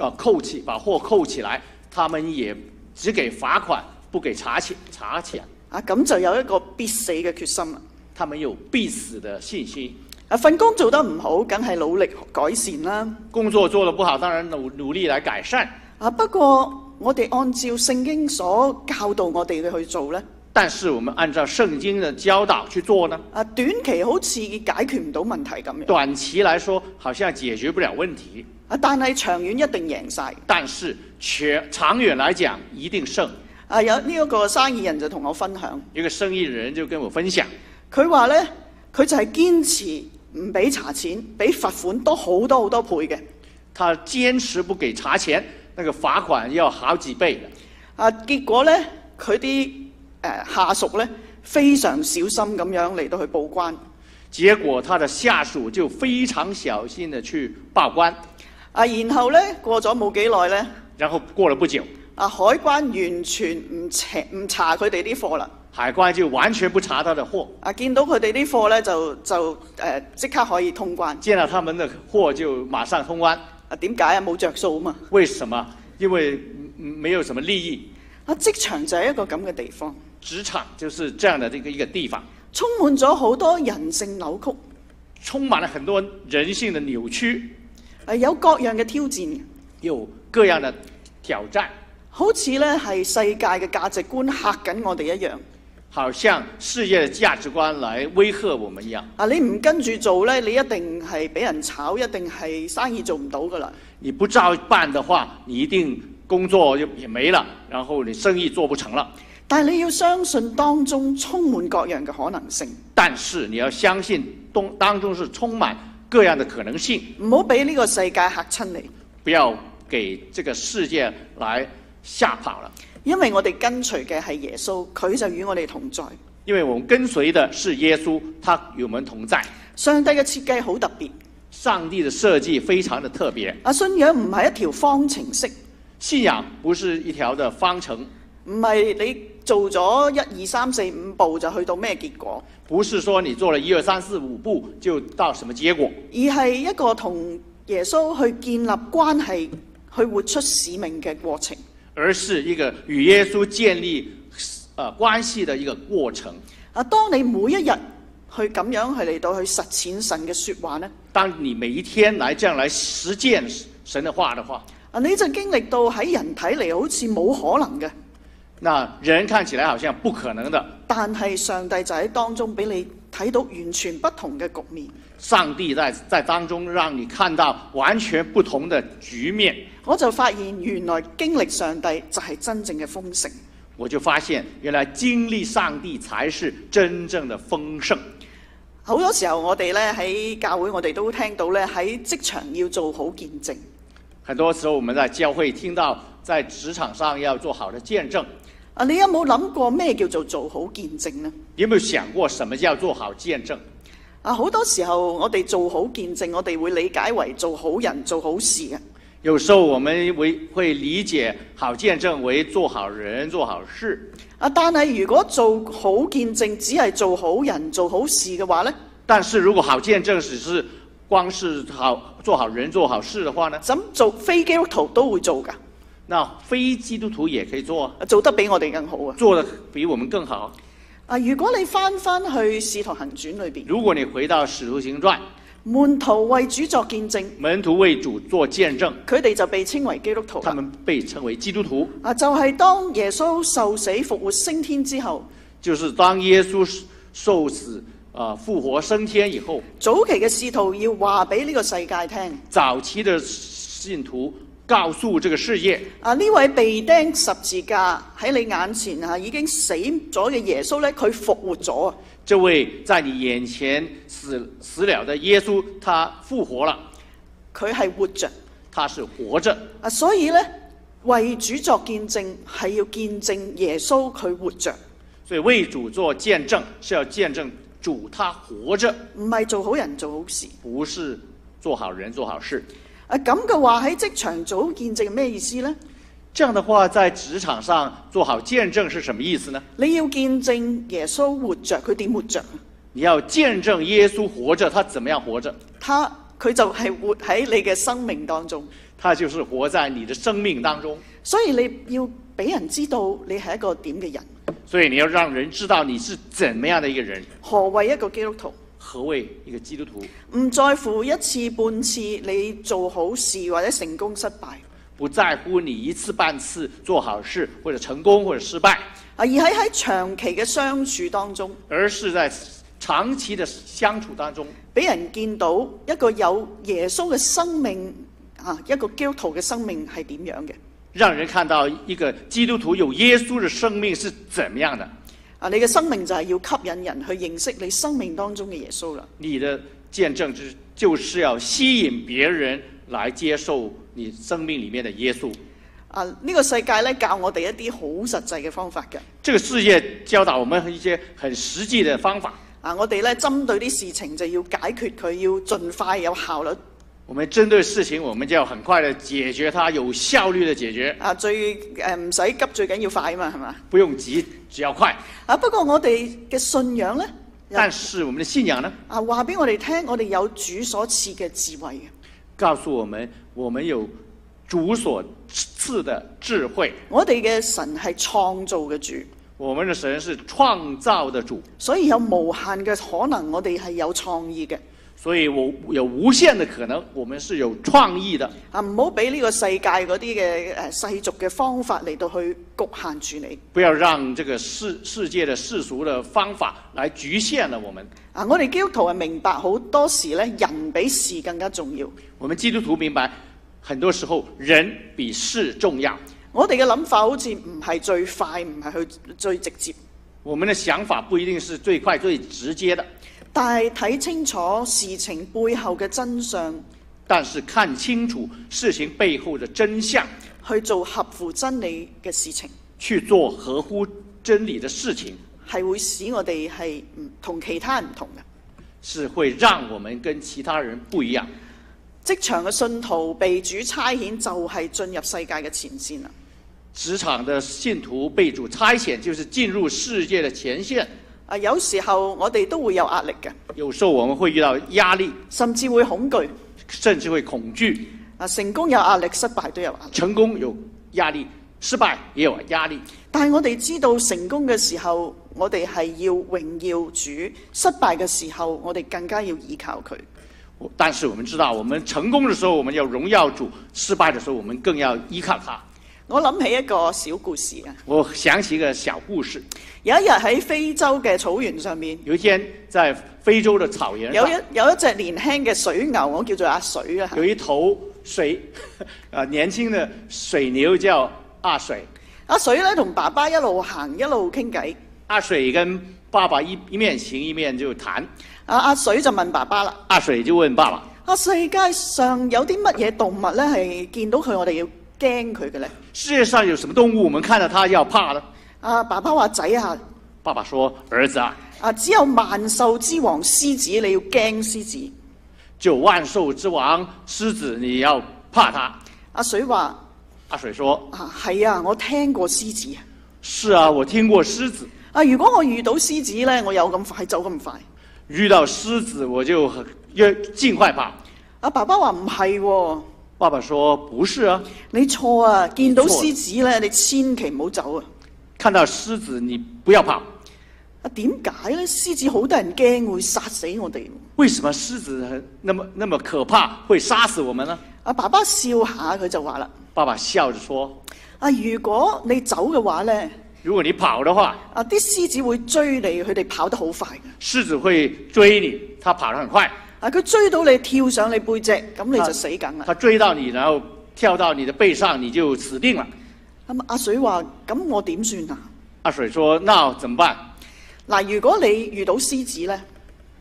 Speaker 2: 啊扣起，把货扣起来，他们也只给罚款，不给查钱查钱，
Speaker 1: 啊，咁就有一個必死嘅決心啦。
Speaker 2: 他们有必死的信心。
Speaker 1: 啊，份工做得唔好，梗係努力改善啦。
Speaker 2: 工作做得不好，当然努努力来改善，
Speaker 1: 啊，不過我哋按照聖經所教導我哋嘅去做呢，
Speaker 2: 但是我们按照圣经的教导去做呢，
Speaker 1: 啊，短期好似解決唔到問題咁樣。
Speaker 2: 短期来说好像解决不了问题，
Speaker 1: 啊，但係長遠一定贏晒。
Speaker 2: 但是全长远来讲一定胜。
Speaker 1: 啊，有呢一個生意人就同我分享，
Speaker 2: 一個生意人就跟我分享，
Speaker 1: 佢話呢，佢就係堅持唔俾查錢，俾罰款多好多好多倍嘅。
Speaker 2: 他坚持不给查钱，那个罚款要好几倍的。
Speaker 1: 啊，結果呢，佢啲誒下屬呢，非常小心咁樣嚟到去報關。
Speaker 2: 结果他的下属就非常小心的去报关，
Speaker 1: 啊，然後呢，過咗冇幾耐呢，
Speaker 2: 然后过了不久，
Speaker 1: 啊海關完全唔查唔查佢哋啲貨啦。
Speaker 2: 海关就完全不查他的货，
Speaker 1: 啊，見到佢哋啲貨呢，就就誒呃即、刻可以通關。
Speaker 2: 见到他们的货就马上通关。
Speaker 1: 啊，點解啊？冇着數啊嘛。
Speaker 2: 为什么？因为嗯没有什么利益，
Speaker 1: 啊，職場就係一個咁嘅地方，
Speaker 2: 职场就是这样的这个一个地方，
Speaker 1: 充滿咗好多人性扭曲，
Speaker 2: 充满了很多人性的扭曲，
Speaker 1: 啊有各樣嘅挑戰嘅，
Speaker 2: 有各样的挑战，
Speaker 1: 好似呢係世界嘅價值觀嚇緊我哋一樣。
Speaker 2: 好像世界的价值观来威吓我们一样。
Speaker 1: 啊！你唔跟住做呢，你一定係俾人炒，一定係生意做唔到噶啦。
Speaker 2: 你不照办的话，你一定工作就也没了，然后你生意做不成了。
Speaker 1: 但係你要相信當中充滿各樣嘅可能性，
Speaker 2: 但是你要相信东当中是充满各样的可能性，
Speaker 1: 唔好俾呢個世界嚇親你，
Speaker 2: 不要给这个世界来吓跑了。
Speaker 1: 因為我哋跟隨嘅係耶穌，佢就與我哋同在。
Speaker 2: 因为我们跟随的是耶稣，他与我们同在。
Speaker 1: 上帝嘅設計好特別，
Speaker 2: 上帝的设计非常的特别，
Speaker 1: 啊信仰唔係一條方程式，
Speaker 2: 信仰不是一条的方程，
Speaker 1: 唔係你做咗一二三四五步就去到咩結果，
Speaker 2: 不是说你做了一二三四五步就到什么结果，
Speaker 1: 而係一個同耶穌去建立關係、去活出使命嘅過程。
Speaker 2: 而是一个与耶稣建立呃关系的一个过程。
Speaker 1: 啊，當你每一日去咁樣去嚟到去實踐神嘅説話呢，
Speaker 2: 当你每一天来这样来实践神的话的话，
Speaker 1: 啊，你就經歷到喺人睇嚟好似冇可能嘅，
Speaker 2: 那人看起来好像不可能的，
Speaker 1: 但係上帝就喺當中俾你睇到完全不同嘅局面。
Speaker 2: 上帝在在当中让你看到完全不同的局面，
Speaker 1: 我就發現原來經歷上帝就係真正嘅豐盛。
Speaker 2: 我就发现原来经历上帝才是真正的丰盛。
Speaker 1: 好多時候我哋呢喺教會，我哋都聽到呢喺職場要做好見證。
Speaker 2: 很多时候我们在教会听到，在职场上要做好的见证，
Speaker 1: 啊，你有冇諗過咩叫做做好見證呢？
Speaker 2: 你有没有想过什么叫做好见证？
Speaker 1: 啊，好多時候我哋做好見證，我哋會理解為做好人、做好事嘅。
Speaker 2: 有时候我们为会理解好见证为做好人、做好事，
Speaker 1: 啊，但係如果做好見證，只係做好人、做好事嘅話呢，
Speaker 2: 但是如果好见证只是光是好做好人做好事的话呢，
Speaker 1: 咁做非基督徒都會做噶，
Speaker 2: 那非基督徒也可以做啊，
Speaker 1: 做得比我哋更好啊！
Speaker 2: 做的比我们更好。
Speaker 1: 啊，如果你翻翻去《使徒行傳》裏邊，
Speaker 2: 如果你回到《使徒行传》，
Speaker 1: 門徒為主作見證，
Speaker 2: 门徒为主做见证，
Speaker 1: 佢哋就被稱為基督徒
Speaker 2: 他
Speaker 1: 啦。
Speaker 2: 们被称为基督徒，
Speaker 1: 啊，就係、當耶穌受死復活升天之後，
Speaker 2: 就是当耶稣受死、呃复活升天以后，
Speaker 1: 早期嘅使徒要話俾呢個世界聽：
Speaker 2: 早期的信徒告诉这个世界，
Speaker 1: 啊，呢位被釘十字架喺你眼前啊已經死咗嘅耶穌呢，佢復活咗啊！
Speaker 2: 这位在你眼前死死了的耶稣，他复活了，
Speaker 1: 佢係活着。
Speaker 2: 他是活着。
Speaker 1: 啊，所以呢，為主作見證係要見證耶穌佢活着，
Speaker 2: 所以为主做见证是要见证主他活着，
Speaker 1: 唔係做好人做好事。
Speaker 2: 不是做好人做好事。
Speaker 1: 啊，咁嘅話喺職場做好見證係咩意思呢？
Speaker 2: 这样的话，在职场上做好见证是什么意思呢？
Speaker 1: 你要見證耶穌活着，佢點活着？
Speaker 2: 你要见证耶稣活着，他怎么样活着？
Speaker 1: 他佢就係活喺你嘅生命當中，
Speaker 2: 他就是活在你的生命当中。
Speaker 1: 所以你要俾人知道你係一個點嘅人。
Speaker 2: 所以你要让人知道你是怎么样的一个人。
Speaker 1: 何謂一個基督徒？
Speaker 2: 何谓一个基督徒？
Speaker 1: 唔在乎一次半次你做好事或者成功失敗。
Speaker 2: 不在乎你一次半次做好事或者成功或者失败，
Speaker 1: 啊，而喺喺長期嘅相處當中，
Speaker 2: 而是在长期的相处当中，
Speaker 1: 俾人見到一個有耶穌嘅生命啊，一個基督徒嘅生命係點樣嘅？
Speaker 2: 让人看到一个基督徒有耶稣的生命是怎么样的。
Speaker 1: 啊，你嘅生命就係要吸引人去認識你生命當中嘅耶穌啦。
Speaker 2: 你的见证之就是要吸引别人来接受你生命里面的耶稣。
Speaker 1: 啊，呢、個世界咧教我哋一啲好實際嘅方法嘅。
Speaker 2: 这个世界教导我们一些很實際的方法。
Speaker 1: 啊，我哋咧針對啲事情就要解決佢，要盡快有效率。
Speaker 2: 我们针对事情，我们就要很快的解决它，有效率的解决，
Speaker 1: 啊，最誒唔使急，最緊要快啊嘛，係嘛？
Speaker 2: 不用急，只要快。
Speaker 1: 啊，不過我哋嘅信仰咧，
Speaker 2: 但是我们的信仰呢？
Speaker 1: 啊話俾我哋聽，我哋有主所賜嘅智慧嘅。
Speaker 2: 告诉我们，我们有主所赐的智慧，
Speaker 1: 我哋嘅神係創造嘅主，
Speaker 2: 我们的神是创造的主，
Speaker 1: 所以有無限嘅可能，我哋係有創意嘅。
Speaker 2: 所以我有无限的可能，我们是有创意的，
Speaker 1: 啊，唔好俾呢個世界嗰啲嘅誒世俗嘅方法嚟到去局限住你。
Speaker 2: 不要让这个世世界的世俗的方法来局限了我们。
Speaker 1: 啊，我哋基督徒係明白好多時咧，人比事更加重要。
Speaker 2: 我们基督徒明白，很多时候人比事重要，
Speaker 1: 我哋嘅諗法好似唔係最快，唔係去最直接，
Speaker 2: 我们的想法不一定是最快最直接的，
Speaker 1: 但係睇清楚事情背後嘅真相，
Speaker 2: 但是看清楚事情背后的真相，
Speaker 1: 去做合乎真理嘅事情，
Speaker 2: 去做合乎真理的事情。
Speaker 1: 係會使我哋係唔同其他人唔同嘅。
Speaker 2: 是会让我们跟其他人不一样。
Speaker 1: 職場嘅信徒被主差遣，就係進入世界嘅前線啦。
Speaker 2: 职场的信徒被主差遣，就是进入世界的前线。
Speaker 1: 啊，有時候我哋都會有壓力嘅，
Speaker 2: 有时候我们会遇到压力，
Speaker 1: 甚至會恐懼。
Speaker 2: 甚至会恐惧。
Speaker 1: 啊，成功有壓力，失敗都有壓力。
Speaker 2: 成功有压力，失败也有压力。
Speaker 1: 但係我哋知道成功嘅時候，我哋係要榮耀主；失敗嘅時候，我哋更加要依靠佢。
Speaker 2: 我但是我们知道，我们成功的时候我们要荣耀主，失败的时候我们更要依靠他。
Speaker 1: 我諗起一個小故事啊，
Speaker 2: 我想起一个小故事。
Speaker 1: 有一日喺非洲嘅草原上面，
Speaker 2: 有一天，在非洲的草原
Speaker 1: 有
Speaker 2: 上
Speaker 1: 一，有一隻年輕嘅水牛，我叫做阿水啊啦。
Speaker 2: 有一头水， (laughs) 啊，年轻的水牛叫阿水。
Speaker 1: 阿水咧同爸爸一路行一路傾偈。
Speaker 2: 阿水跟爸爸一一面行一面就谈，
Speaker 1: 阿阿水就問爸爸啦：，
Speaker 2: 阿水就问爸爸：
Speaker 1: 啊，世界上有啲乜嘢動物咧係見到佢我哋要驚佢嘅咧？
Speaker 2: 世界上有什么动物我们看到它要怕呢？
Speaker 1: 啊，爸爸話仔啊！
Speaker 2: 爸爸说：儿子啊，
Speaker 1: 啊，只有萬獸之王獅子，你要驚獅子。
Speaker 2: 九万兽之王狮子，你要怕它。
Speaker 1: 阿水話：
Speaker 2: 阿水说
Speaker 1: 啊，係啊，我聽過獅子啊。：
Speaker 2: 是啊，我聽过狮子，
Speaker 1: 啊，如果我遇到獅子呢，我有咁快走咁快。
Speaker 2: 遇到狮子我就很越尽快怕。
Speaker 1: 阿爸爸話唔係喎，
Speaker 2: 爸爸说：不是啊，
Speaker 1: 你錯啊！見到
Speaker 2: 嗯你錯
Speaker 1: 獅子呢，你千祈唔好走啊！
Speaker 2: 看到狮子你不要怕。
Speaker 1: 啊，點解呢？獅子好得人驚，會殺死我哋。
Speaker 2: 为什么狮子很那么那么可怕，会杀死我们呢？
Speaker 1: 阿啊爸爸笑下，佢就話啦：
Speaker 2: 爸爸笑着说
Speaker 1: 啊，如果你走嘅話呢，：“
Speaker 2: 如果你跑的话，
Speaker 1: 啊，啲獅子會追你，佢哋跑得好快嘅。
Speaker 2: 狮子会追你，它跑得很快，
Speaker 1: 啊，佢追到你跳上你背脊，咁你就死梗啦。
Speaker 2: 它追到你，然后跳到你的背上，你就死定了。
Speaker 1: 咁阿水話：咁我點算啊？
Speaker 2: 阿水说：“那怎么办？
Speaker 1: 嗱，如果你遇到獅子呢，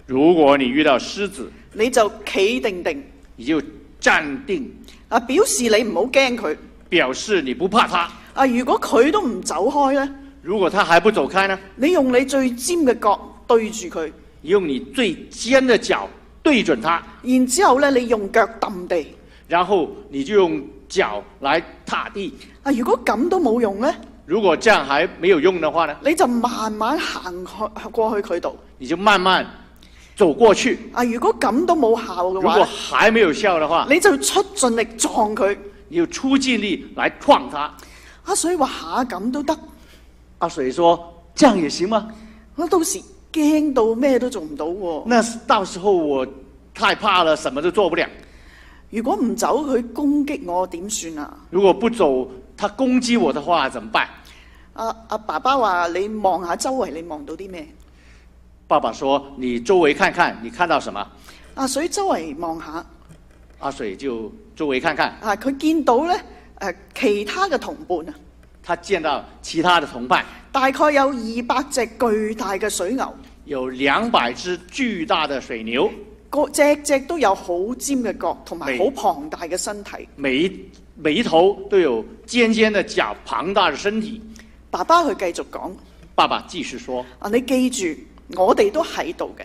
Speaker 2: 如果你遇到狮子，
Speaker 1: 你就企定定，
Speaker 2: 你就站定，
Speaker 1: 啊，表示你唔好驚佢。
Speaker 2: 表示你不怕它。
Speaker 1: 啊，如果佢都唔走開呢，
Speaker 2: 如果它还不走开呢，
Speaker 1: 你用你最尖嘅角對住佢，
Speaker 2: 你用你最尖的脚对准它，
Speaker 1: 然之後呢，你用腳揼地，
Speaker 2: 然后你就用脚来踏地。
Speaker 1: 啊，如果咁都冇用呢，
Speaker 2: 如果这样还没有用的话呢，
Speaker 1: 你就慢慢行去過去佢度。
Speaker 2: 你就慢慢走过去。
Speaker 1: 啊，如果咁都冇效
Speaker 2: 如
Speaker 1: 嘅
Speaker 2: 果
Speaker 1: 話，
Speaker 2: 还没有效的话，
Speaker 1: 你就出盡力撞佢。
Speaker 2: 你就出尽力来撞它。
Speaker 1: 啊，所以話下咁都得。
Speaker 2: 阿水说：“这样也行吗？
Speaker 1: 我到時驚到咩都做唔到喎。
Speaker 2: 那是到时候我太怕了，什么都做不了。
Speaker 1: 如果唔走，佢攻擊我點算啊？
Speaker 2: 如果不走，他攻击我的话怎么办
Speaker 1: 阿、啊、阿、爸爸話：你望下周圍，你望到啲咩？？”
Speaker 2: 爸爸说：“你周围看看，你看到什么
Speaker 1: 啊，所以周圍望下。？”
Speaker 2: 阿水就周围看看，
Speaker 1: 啊，佢見到咧誒、其他嘅同伴啊，
Speaker 2: 他见到其他的同伴
Speaker 1: 大概有二百隻巨大嘅水牛，
Speaker 2: 有两百只巨大的水牛，
Speaker 1: 個隻隻都有好尖嘅角同埋
Speaker 2: 明
Speaker 1: 好龐大嘅身體。
Speaker 2: 每一每一头都有尖尖的角、庞大的身体。
Speaker 1: 爸爸佢繼續講：
Speaker 2: 爸爸继续说
Speaker 1: 啊，你記住，我哋都喺度嘅。：“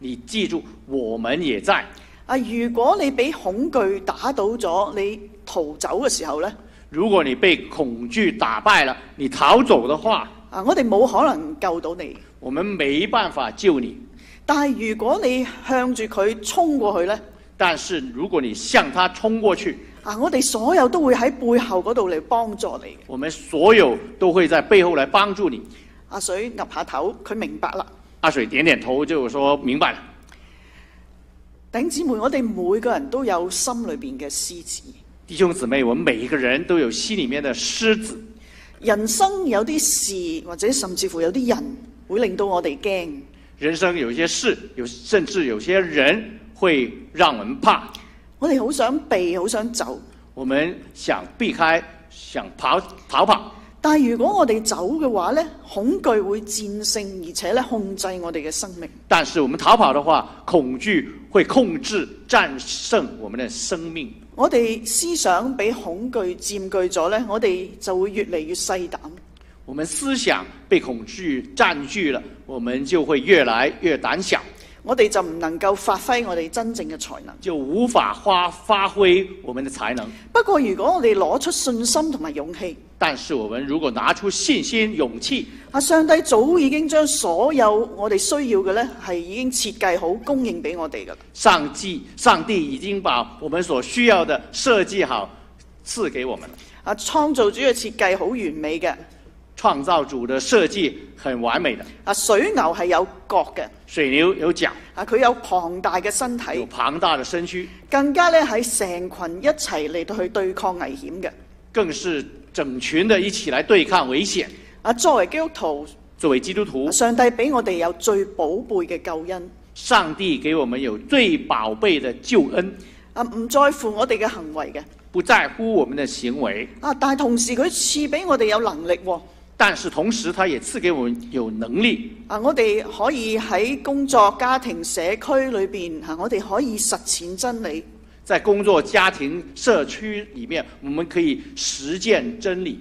Speaker 2: 你记住，我们也在。
Speaker 1: 啊，如果你俾恐懼打倒咗，你逃走嘅時候呢，
Speaker 2: 如果你被恐惧打败了，你逃走的话，
Speaker 1: 啊，我哋冇可能救到你。
Speaker 2: 我们没办法救你。
Speaker 1: 但係如果你向住佢衝過去呢，
Speaker 2: 但是如果你向他冲过去，
Speaker 1: 啊，我哋所有都會喺背後嗰度嚟幫助你。
Speaker 2: 我们所有都会在背后来帮助你。
Speaker 1: 阿啊水岌下頭，佢明白啦。
Speaker 2: 阿水点点头，就说：“明白了，
Speaker 1: 頂姊妹，我哋每個人都有心裏邊嘅獅子。
Speaker 2: 弟兄姊妹，我们每一个人都有心里面的狮子。
Speaker 1: 人生有啲事，或者甚至乎有啲人，會令到我哋驚。
Speaker 2: 人生有一些事，有甚至有些人会让我们怕，
Speaker 1: 我哋好想避，好想走。
Speaker 2: 我们想避开，想跑逃跑。
Speaker 1: 但係如果我哋走嘅話呢，恐懼會戰勝，而且咧控制我哋嘅生命。
Speaker 2: 但是我们逃跑的话，恐惧会控制、战胜我们的生命。
Speaker 1: 我哋思想俾恐懼佔據咗呢，我哋就會越嚟越細膽。
Speaker 2: 我们思想被恐惧占据了，我们就会越来越胆小，
Speaker 1: 我哋就唔能夠發揮我哋真正嘅才能。
Speaker 2: 就无法发发挥我们的才能。
Speaker 1: 不過，如果我哋攞出信心同埋勇氣，
Speaker 2: 但是我们如果拿出信心、勇气，
Speaker 1: 啊，上帝早已經將所有我哋需要嘅呢，係已經設計好供應俾我哋噶啦。
Speaker 2: 上帝上帝已经把我们所需要的设计好，赐给我们了。
Speaker 1: 啊，創造主嘅設計好完美嘅。
Speaker 2: 创造主的设计很完美的，
Speaker 1: 啊，水牛係有角嘅，
Speaker 2: 水牛有角，
Speaker 1: 啊，佢有龐大嘅身
Speaker 2: 有
Speaker 1: 體，
Speaker 2: 庞大的身躯，
Speaker 1: 更加咧喺成群一齊嚟到去對抗危險嘅。
Speaker 2: 更是整群的一起来对抗危险。
Speaker 1: 啊，作為基督徒，
Speaker 2: 作为基督徒，
Speaker 1: 上帝俾我哋有最寶貝嘅救恩。
Speaker 2: 上帝给我们有最宝贝的救恩，
Speaker 1: 啊，唔在乎我哋嘅行為嘅。
Speaker 2: 不在乎我们的行为，
Speaker 1: 啊，但係同時佢賜俾我哋有能力喎、
Speaker 2: 但是同时他也赐给我们有能力，
Speaker 1: 啊！我哋可以喺工作、家庭、社區裏邊嚇，我哋可以實踐真理。
Speaker 2: 在工作、家庭、社区里面，我们可以实践真理。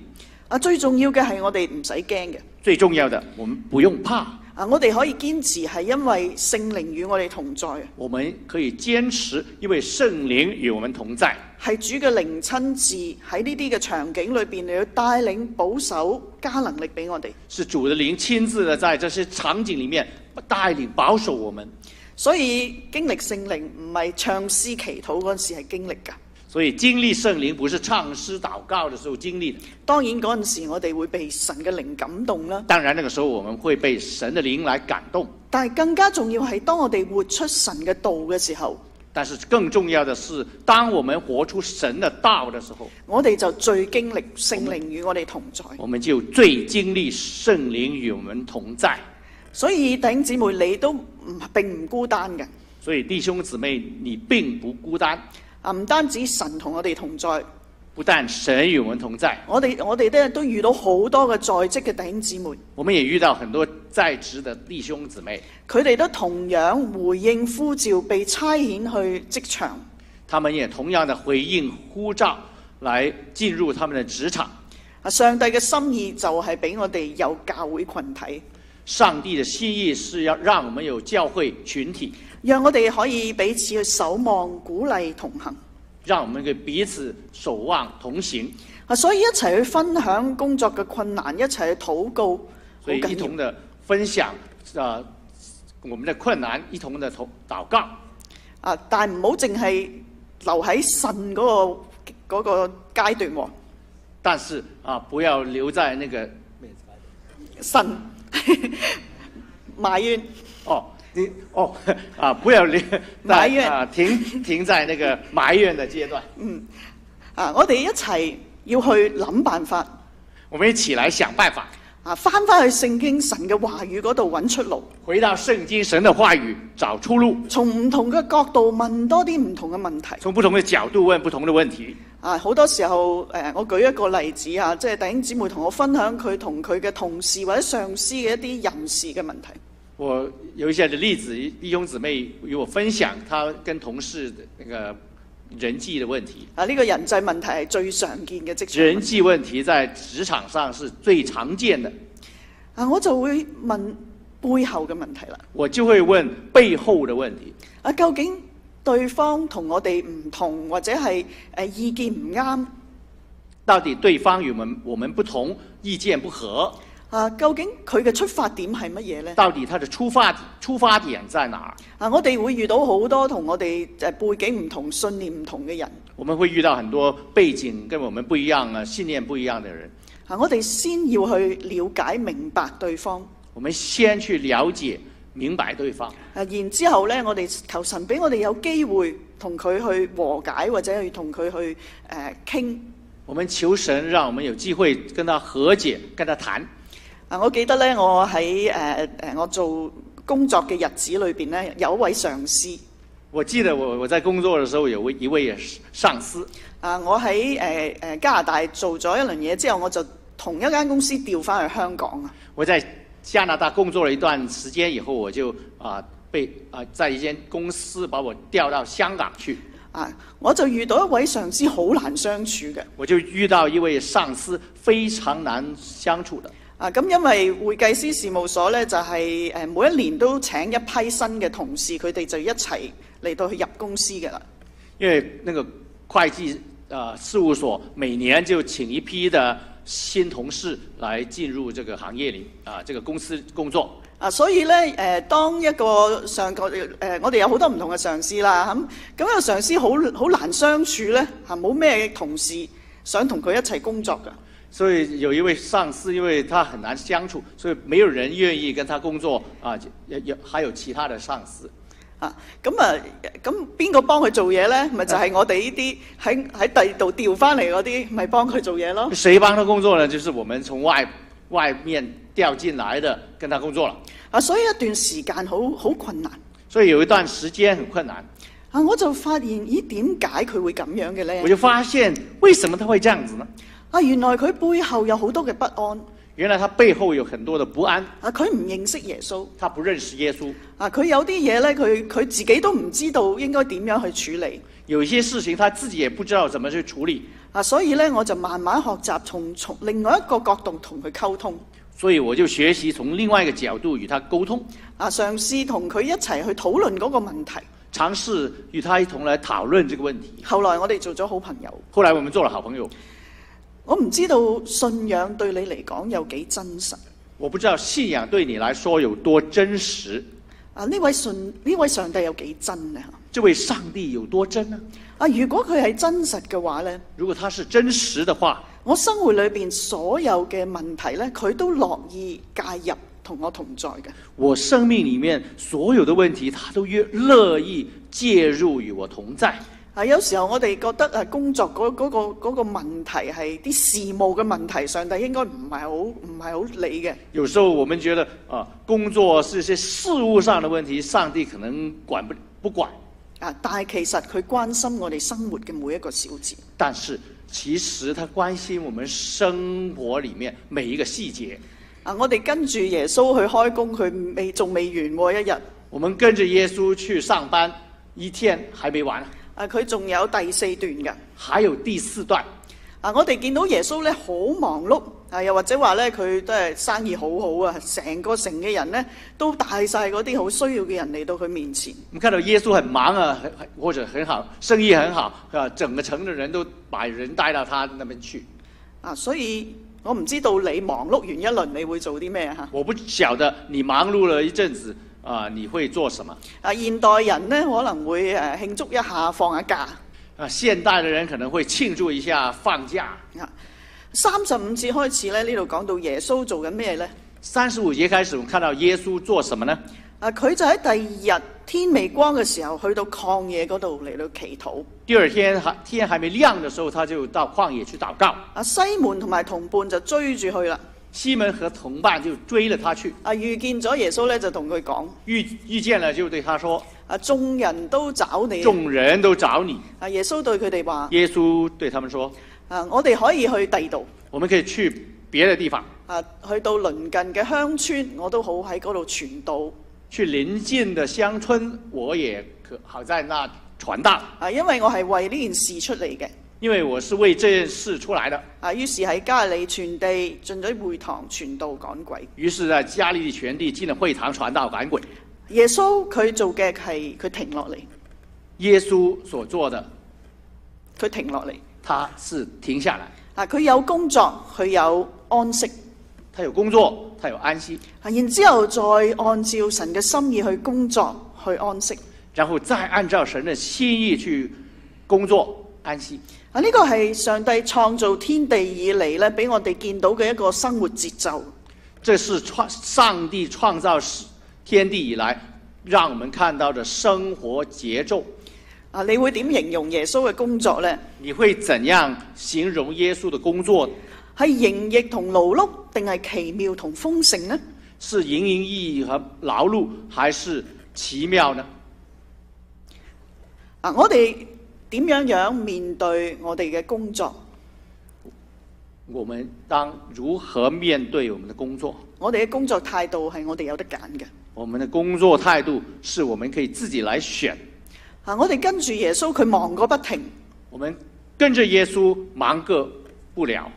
Speaker 1: 啊，最重要嘅係我哋唔使驚嘅。
Speaker 2: 最重要的，我们不用怕，
Speaker 1: 啊，我哋可以堅持係因為聖靈與我哋同在，
Speaker 2: 我们可以坚持，因为圣灵与我们同在，
Speaker 1: 係主嘅靈親自喺呢啲嘅場景裏邊，你要帶領、保守、加能力俾我哋。
Speaker 2: 是主的灵亲自的在这些场景里面带领保守我们。
Speaker 1: 所以經歷聖靈唔係唱詩祈禱嗰陣時係經歷㗎。
Speaker 2: 所以经历圣灵不是唱诗祷告的时候经历的，
Speaker 1: 當然嗰陣時我哋會被神嘅靈感動啦，
Speaker 2: 当然那个时候我们会被神的灵来感动。
Speaker 1: 但係更加重要係當我哋活出神嘅道嘅時候。
Speaker 2: 但是更重要的是，当我们活出神的道的时候，
Speaker 1: 我哋就最經歷聖靈與我哋同在，
Speaker 2: 我们就最经历圣灵与我们同在。
Speaker 1: 所以弟兄姊妹你都唔並唔孤單嘅，
Speaker 2: 所以弟兄姊妹，你并不孤单，
Speaker 1: 啊唔單止神同我哋同在，
Speaker 2: 不但神与我们同在，
Speaker 1: 我哋我哋咧都遇到好多嘅在職嘅弟兄姊妹，
Speaker 2: 我们也遇到很多在职的弟兄姊妹，
Speaker 1: 佢哋都同樣回應呼召，被差遣去職場，
Speaker 2: 他们也同样的回应呼召，来进入他们的职场。
Speaker 1: 啊上帝嘅心意就係俾我哋有教會群體，
Speaker 2: 上帝的心意是要让我们有教会群体，
Speaker 1: 讓我哋可以彼此去守望、鼓勵同行。
Speaker 2: 让我们给彼此守望同行，
Speaker 1: 啊，所以一齊去分享工作嘅困難，一齊去禱告，好
Speaker 2: 所以一
Speaker 1: 緊要
Speaker 2: 同。的分享啊、我们的困难，一同的同祷告。
Speaker 1: 啊，但唔好淨係留喺神嗰、個嗰、個階段喎、
Speaker 2: 但是啊、不要留在那个
Speaker 1: 神 (laughs) 埋怨
Speaker 2: 哦，你哦 (laughs) 啊，不要留
Speaker 1: (laughs) 埋怨
Speaker 2: 啊，停停在那个埋怨的阶段。
Speaker 1: 啊，我哋一齊要去諗辦法
Speaker 2: 我们一起来想办法，
Speaker 1: 啊，翻翻去聖經神嘅話語嗰度揾出路，
Speaker 2: 回到圣经神的话語找出路，
Speaker 1: 從唔同嘅角度問多啲唔同嘅問題。
Speaker 2: 从不同的角度問不同的問題。
Speaker 1: 啊，好多時候誒、呃我舉一個例子啊，即係弟兄姊妹同我分享佢同佢嘅同事或者上司嘅一啲人事嘅問題。
Speaker 2: 我有一些的例子，弟兄姊妹与我分享他跟同事的那个人际的问題。
Speaker 1: 啊，呢、個人際問題係最常見嘅職場
Speaker 2: 人
Speaker 1: 問題。
Speaker 2: 际問題在職場上是最常見的，
Speaker 1: 啊，我就會問背後嘅問題啦。
Speaker 2: 我就會問背後的問題。
Speaker 1: 啊，究竟對方同我哋唔同，或者係誒、呃意見唔啱？
Speaker 2: 到底對方與我們我們不同，意見不合，
Speaker 1: 啊，究竟佢嘅出發點係乜嘢呢？
Speaker 2: 到底他的出发出发点在哪儿？
Speaker 1: 啊，我哋會遇到好多同我哋誒背景唔同、信念唔同嘅人。
Speaker 2: 我们会遇到很多背景跟我们不一样啊、信念不一样的人。
Speaker 1: 啊，我哋先要去了解、明白對方。
Speaker 2: 我们先去了解、明白對方，
Speaker 1: 啊，然之後呢，我哋求神俾我哋有機會同佢去和解，或者去同佢去呃誒傾。
Speaker 2: 我們求神讓我們有機會跟他和解、跟他談。
Speaker 1: 啊，我記得咧，我喺誒誒我做工作嘅日子裏邊咧，有一位上司
Speaker 2: 我記得我我在工作的時候有位一位上司，
Speaker 1: 啊，我喺誒誒加拿大做咗一輪嘢之後，我就同一間公司調翻去香港啊。
Speaker 2: 我在加拿大工作了一段時間以後，我就啊、被啊、在一間公司把我調到香港去，
Speaker 1: 啊，我就遇到一位上司好難相處嘅
Speaker 2: 我就遇到一位上司非常難相處的。
Speaker 1: 啊，咁因為會計師事務所咧就係、誒、每一年都請一批新嘅同事，佢哋就一齊嚟到去入公司嘅啦。
Speaker 2: 因為那個會計呃事務所每年就請一批的新同事來進入這個行業裡啊、這個公司工作。
Speaker 1: 啊，所以咧，誒、當一個上個誒、我哋有好多唔同嘅上司啦，咁、咁一個上司好好難相處咧，嚇冇咩同事想同佢一齊工作㗎。
Speaker 2: 所以有一位上司，因為他很難相處，所以沒有人願意跟他工作啊。有有還有其他的上司，
Speaker 1: 啊，咁啊，咁邊個幫佢做嘢咧？咪就係我哋呢啲喺喺第二度調翻嚟嗰啲，咪幫佢做嘢咯。
Speaker 2: 誰幫他工作呢？就是我們從外外面調進來的，跟他工作了。
Speaker 1: 啊，所以一段時間好好困難。
Speaker 2: 所以有一段時間很困難，
Speaker 1: 啊，我就發現，咦，點解佢會咁樣嘅
Speaker 2: 我
Speaker 1: 咧？
Speaker 2: 就發現為什麼他會這樣子呢？
Speaker 1: 啊，原來佢背後有好多嘅不安。
Speaker 2: 原來他背後有很多的不安，
Speaker 1: 啊，佢唔認識耶穌。
Speaker 2: 他不認識耶穌。
Speaker 1: 啊，佢有啲嘢咧，佢佢自己都唔知道應該點樣去處理
Speaker 2: 有一些事情他自己也不知道怎么去处理，
Speaker 1: 啊，所以咧我就慢慢學習，從從另外一個角度同佢溝通
Speaker 2: 所以我就學習從另外一个角度與他溝通，
Speaker 1: 啊，嘗試同佢一齊去討論嗰個問題。
Speaker 2: 嘗試與他一同來討論這個問題。
Speaker 1: 後來我哋做咗好朋友。
Speaker 2: 後來我們做了好朋友。
Speaker 1: 我唔知道信仰對你嚟講有幾真實
Speaker 2: 我不知道信仰對你來說有多真實，
Speaker 1: 啊，呢位信呢位上帝有幾真呢？
Speaker 2: 這位上帝有多真呢？
Speaker 1: 啊，如果佢係真實嘅話呢，
Speaker 2: 如果他是真實的話，
Speaker 1: 我生活裏邊所有嘅問題呢，佢都樂意介入同我同在嘅。
Speaker 2: 我生命裡面所有的問題，他都越樂意介入與我同在。
Speaker 1: 啊，有時候我哋覺得啊，工作嗰嗰、個嗰、個問題係啲事務嘅問題，上帝應該唔係好唔係好理嘅。
Speaker 2: 有時候我們覺得啊、工作是一些事務上的問題，上帝可能管不不管。
Speaker 1: 啊，但係其實佢關心我哋生活嘅每一個小節。
Speaker 2: 但是其实他关心我们生活里面每一个细节。
Speaker 1: 啊，我哋跟住耶穌去開工，佢未仲未完喎一日。
Speaker 2: 我们跟着耶稣去上班，一天还没完，
Speaker 1: 啊，佢仲有第四段㗎。
Speaker 2: 还有第四段。
Speaker 1: 啊，我哋見到耶穌咧好忙碌，啊，又或者話咧，佢都係生意好好啊，成個城嘅人咧都帶晒嗰啲好需要嘅人嚟到佢面前。
Speaker 2: 我们看到耶稣很忙啊，很很或者很好，生意很好啊，整个城的人都把人带到他那边去。
Speaker 1: 啊，所以我唔知道你忙碌完一輪，你會做啲咩啊嚇？
Speaker 2: 我不晓得你忙碌了一阵子啊，你会做什么？
Speaker 1: 啊，現代人咧可能會誒慶祝一下放下假。
Speaker 2: 啊，现代的人可能会庆祝一下放假。
Speaker 1: 啊，三十五節開始咧，呢度講到耶穌做緊咩咧？
Speaker 2: 三十五节开始，我们看到耶稣做什么呢？
Speaker 1: 啊，佢就喺第二日天未光嘅時候，去到曠野嗰度嚟到祈禱。
Speaker 2: 第二天还天还没亮的时候，他就到旷野去祷告。
Speaker 1: 啊，西門同埋同伴就追住佢啦。
Speaker 2: 西门和同伴就追了他去，
Speaker 1: 啊，遇見咗耶穌咧，就同佢講：
Speaker 2: 遇遇见了就对他说
Speaker 1: 啊，眾人都找：“你。
Speaker 2: 众人都找你。
Speaker 1: 啊，耶穌對佢哋話：”
Speaker 2: 耶稣对他们说
Speaker 1: 啊，我哋可以去第二度。：“
Speaker 2: 我们可以去别的地方，
Speaker 1: 啊，去到鄰近嘅鄉村，我都好喺嗰度傳道。
Speaker 2: 去邻近的乡村，我也可好在那传道，
Speaker 1: 啊，因為我係為呢件事出嚟嘅。
Speaker 2: 因为我是为这件事出来的。”
Speaker 1: 啊，於是喺加利利全地進咗會堂傳道趕鬼。
Speaker 2: 于是，在加利利全地进了会堂传道赶鬼。
Speaker 1: 耶穌佢做嘅係佢停落嚟，
Speaker 2: 耶稣所做的，
Speaker 1: 佢停落嚟。
Speaker 2: 他是停下来，
Speaker 1: 啊，佢有工作，佢有安息。
Speaker 2: 他有工作，他有安息，
Speaker 1: 啊，然之後再按照神嘅心意去工作，去安息。
Speaker 2: 然后再按照神的心意去工作安息。
Speaker 1: 啊，呢個係上帝創造天地以嚟咧，俾我哋見到嘅一個生活節奏。
Speaker 2: 这是创上帝创造世天地以来，让我们看到的生活节奏。
Speaker 1: 啊，你會點形容耶穌嘅工作呢？
Speaker 2: 你会怎样形容耶稣的工作？
Speaker 1: 係營役同勞碌，定係奇妙同豐盛呢？
Speaker 2: 是营营役役和劳碌，还是奇妙呢？
Speaker 1: 啊，我哋點樣樣面對我哋嘅工作？
Speaker 2: 我们当如何面对我们的工作？
Speaker 1: 我哋嘅工作態度係我哋有得揀嘅。
Speaker 2: 我们的工作态度是我们可以自己来选。
Speaker 1: 啊，我哋跟住耶穌，佢忙個不停。
Speaker 2: 我们跟着耶稣忙个不了，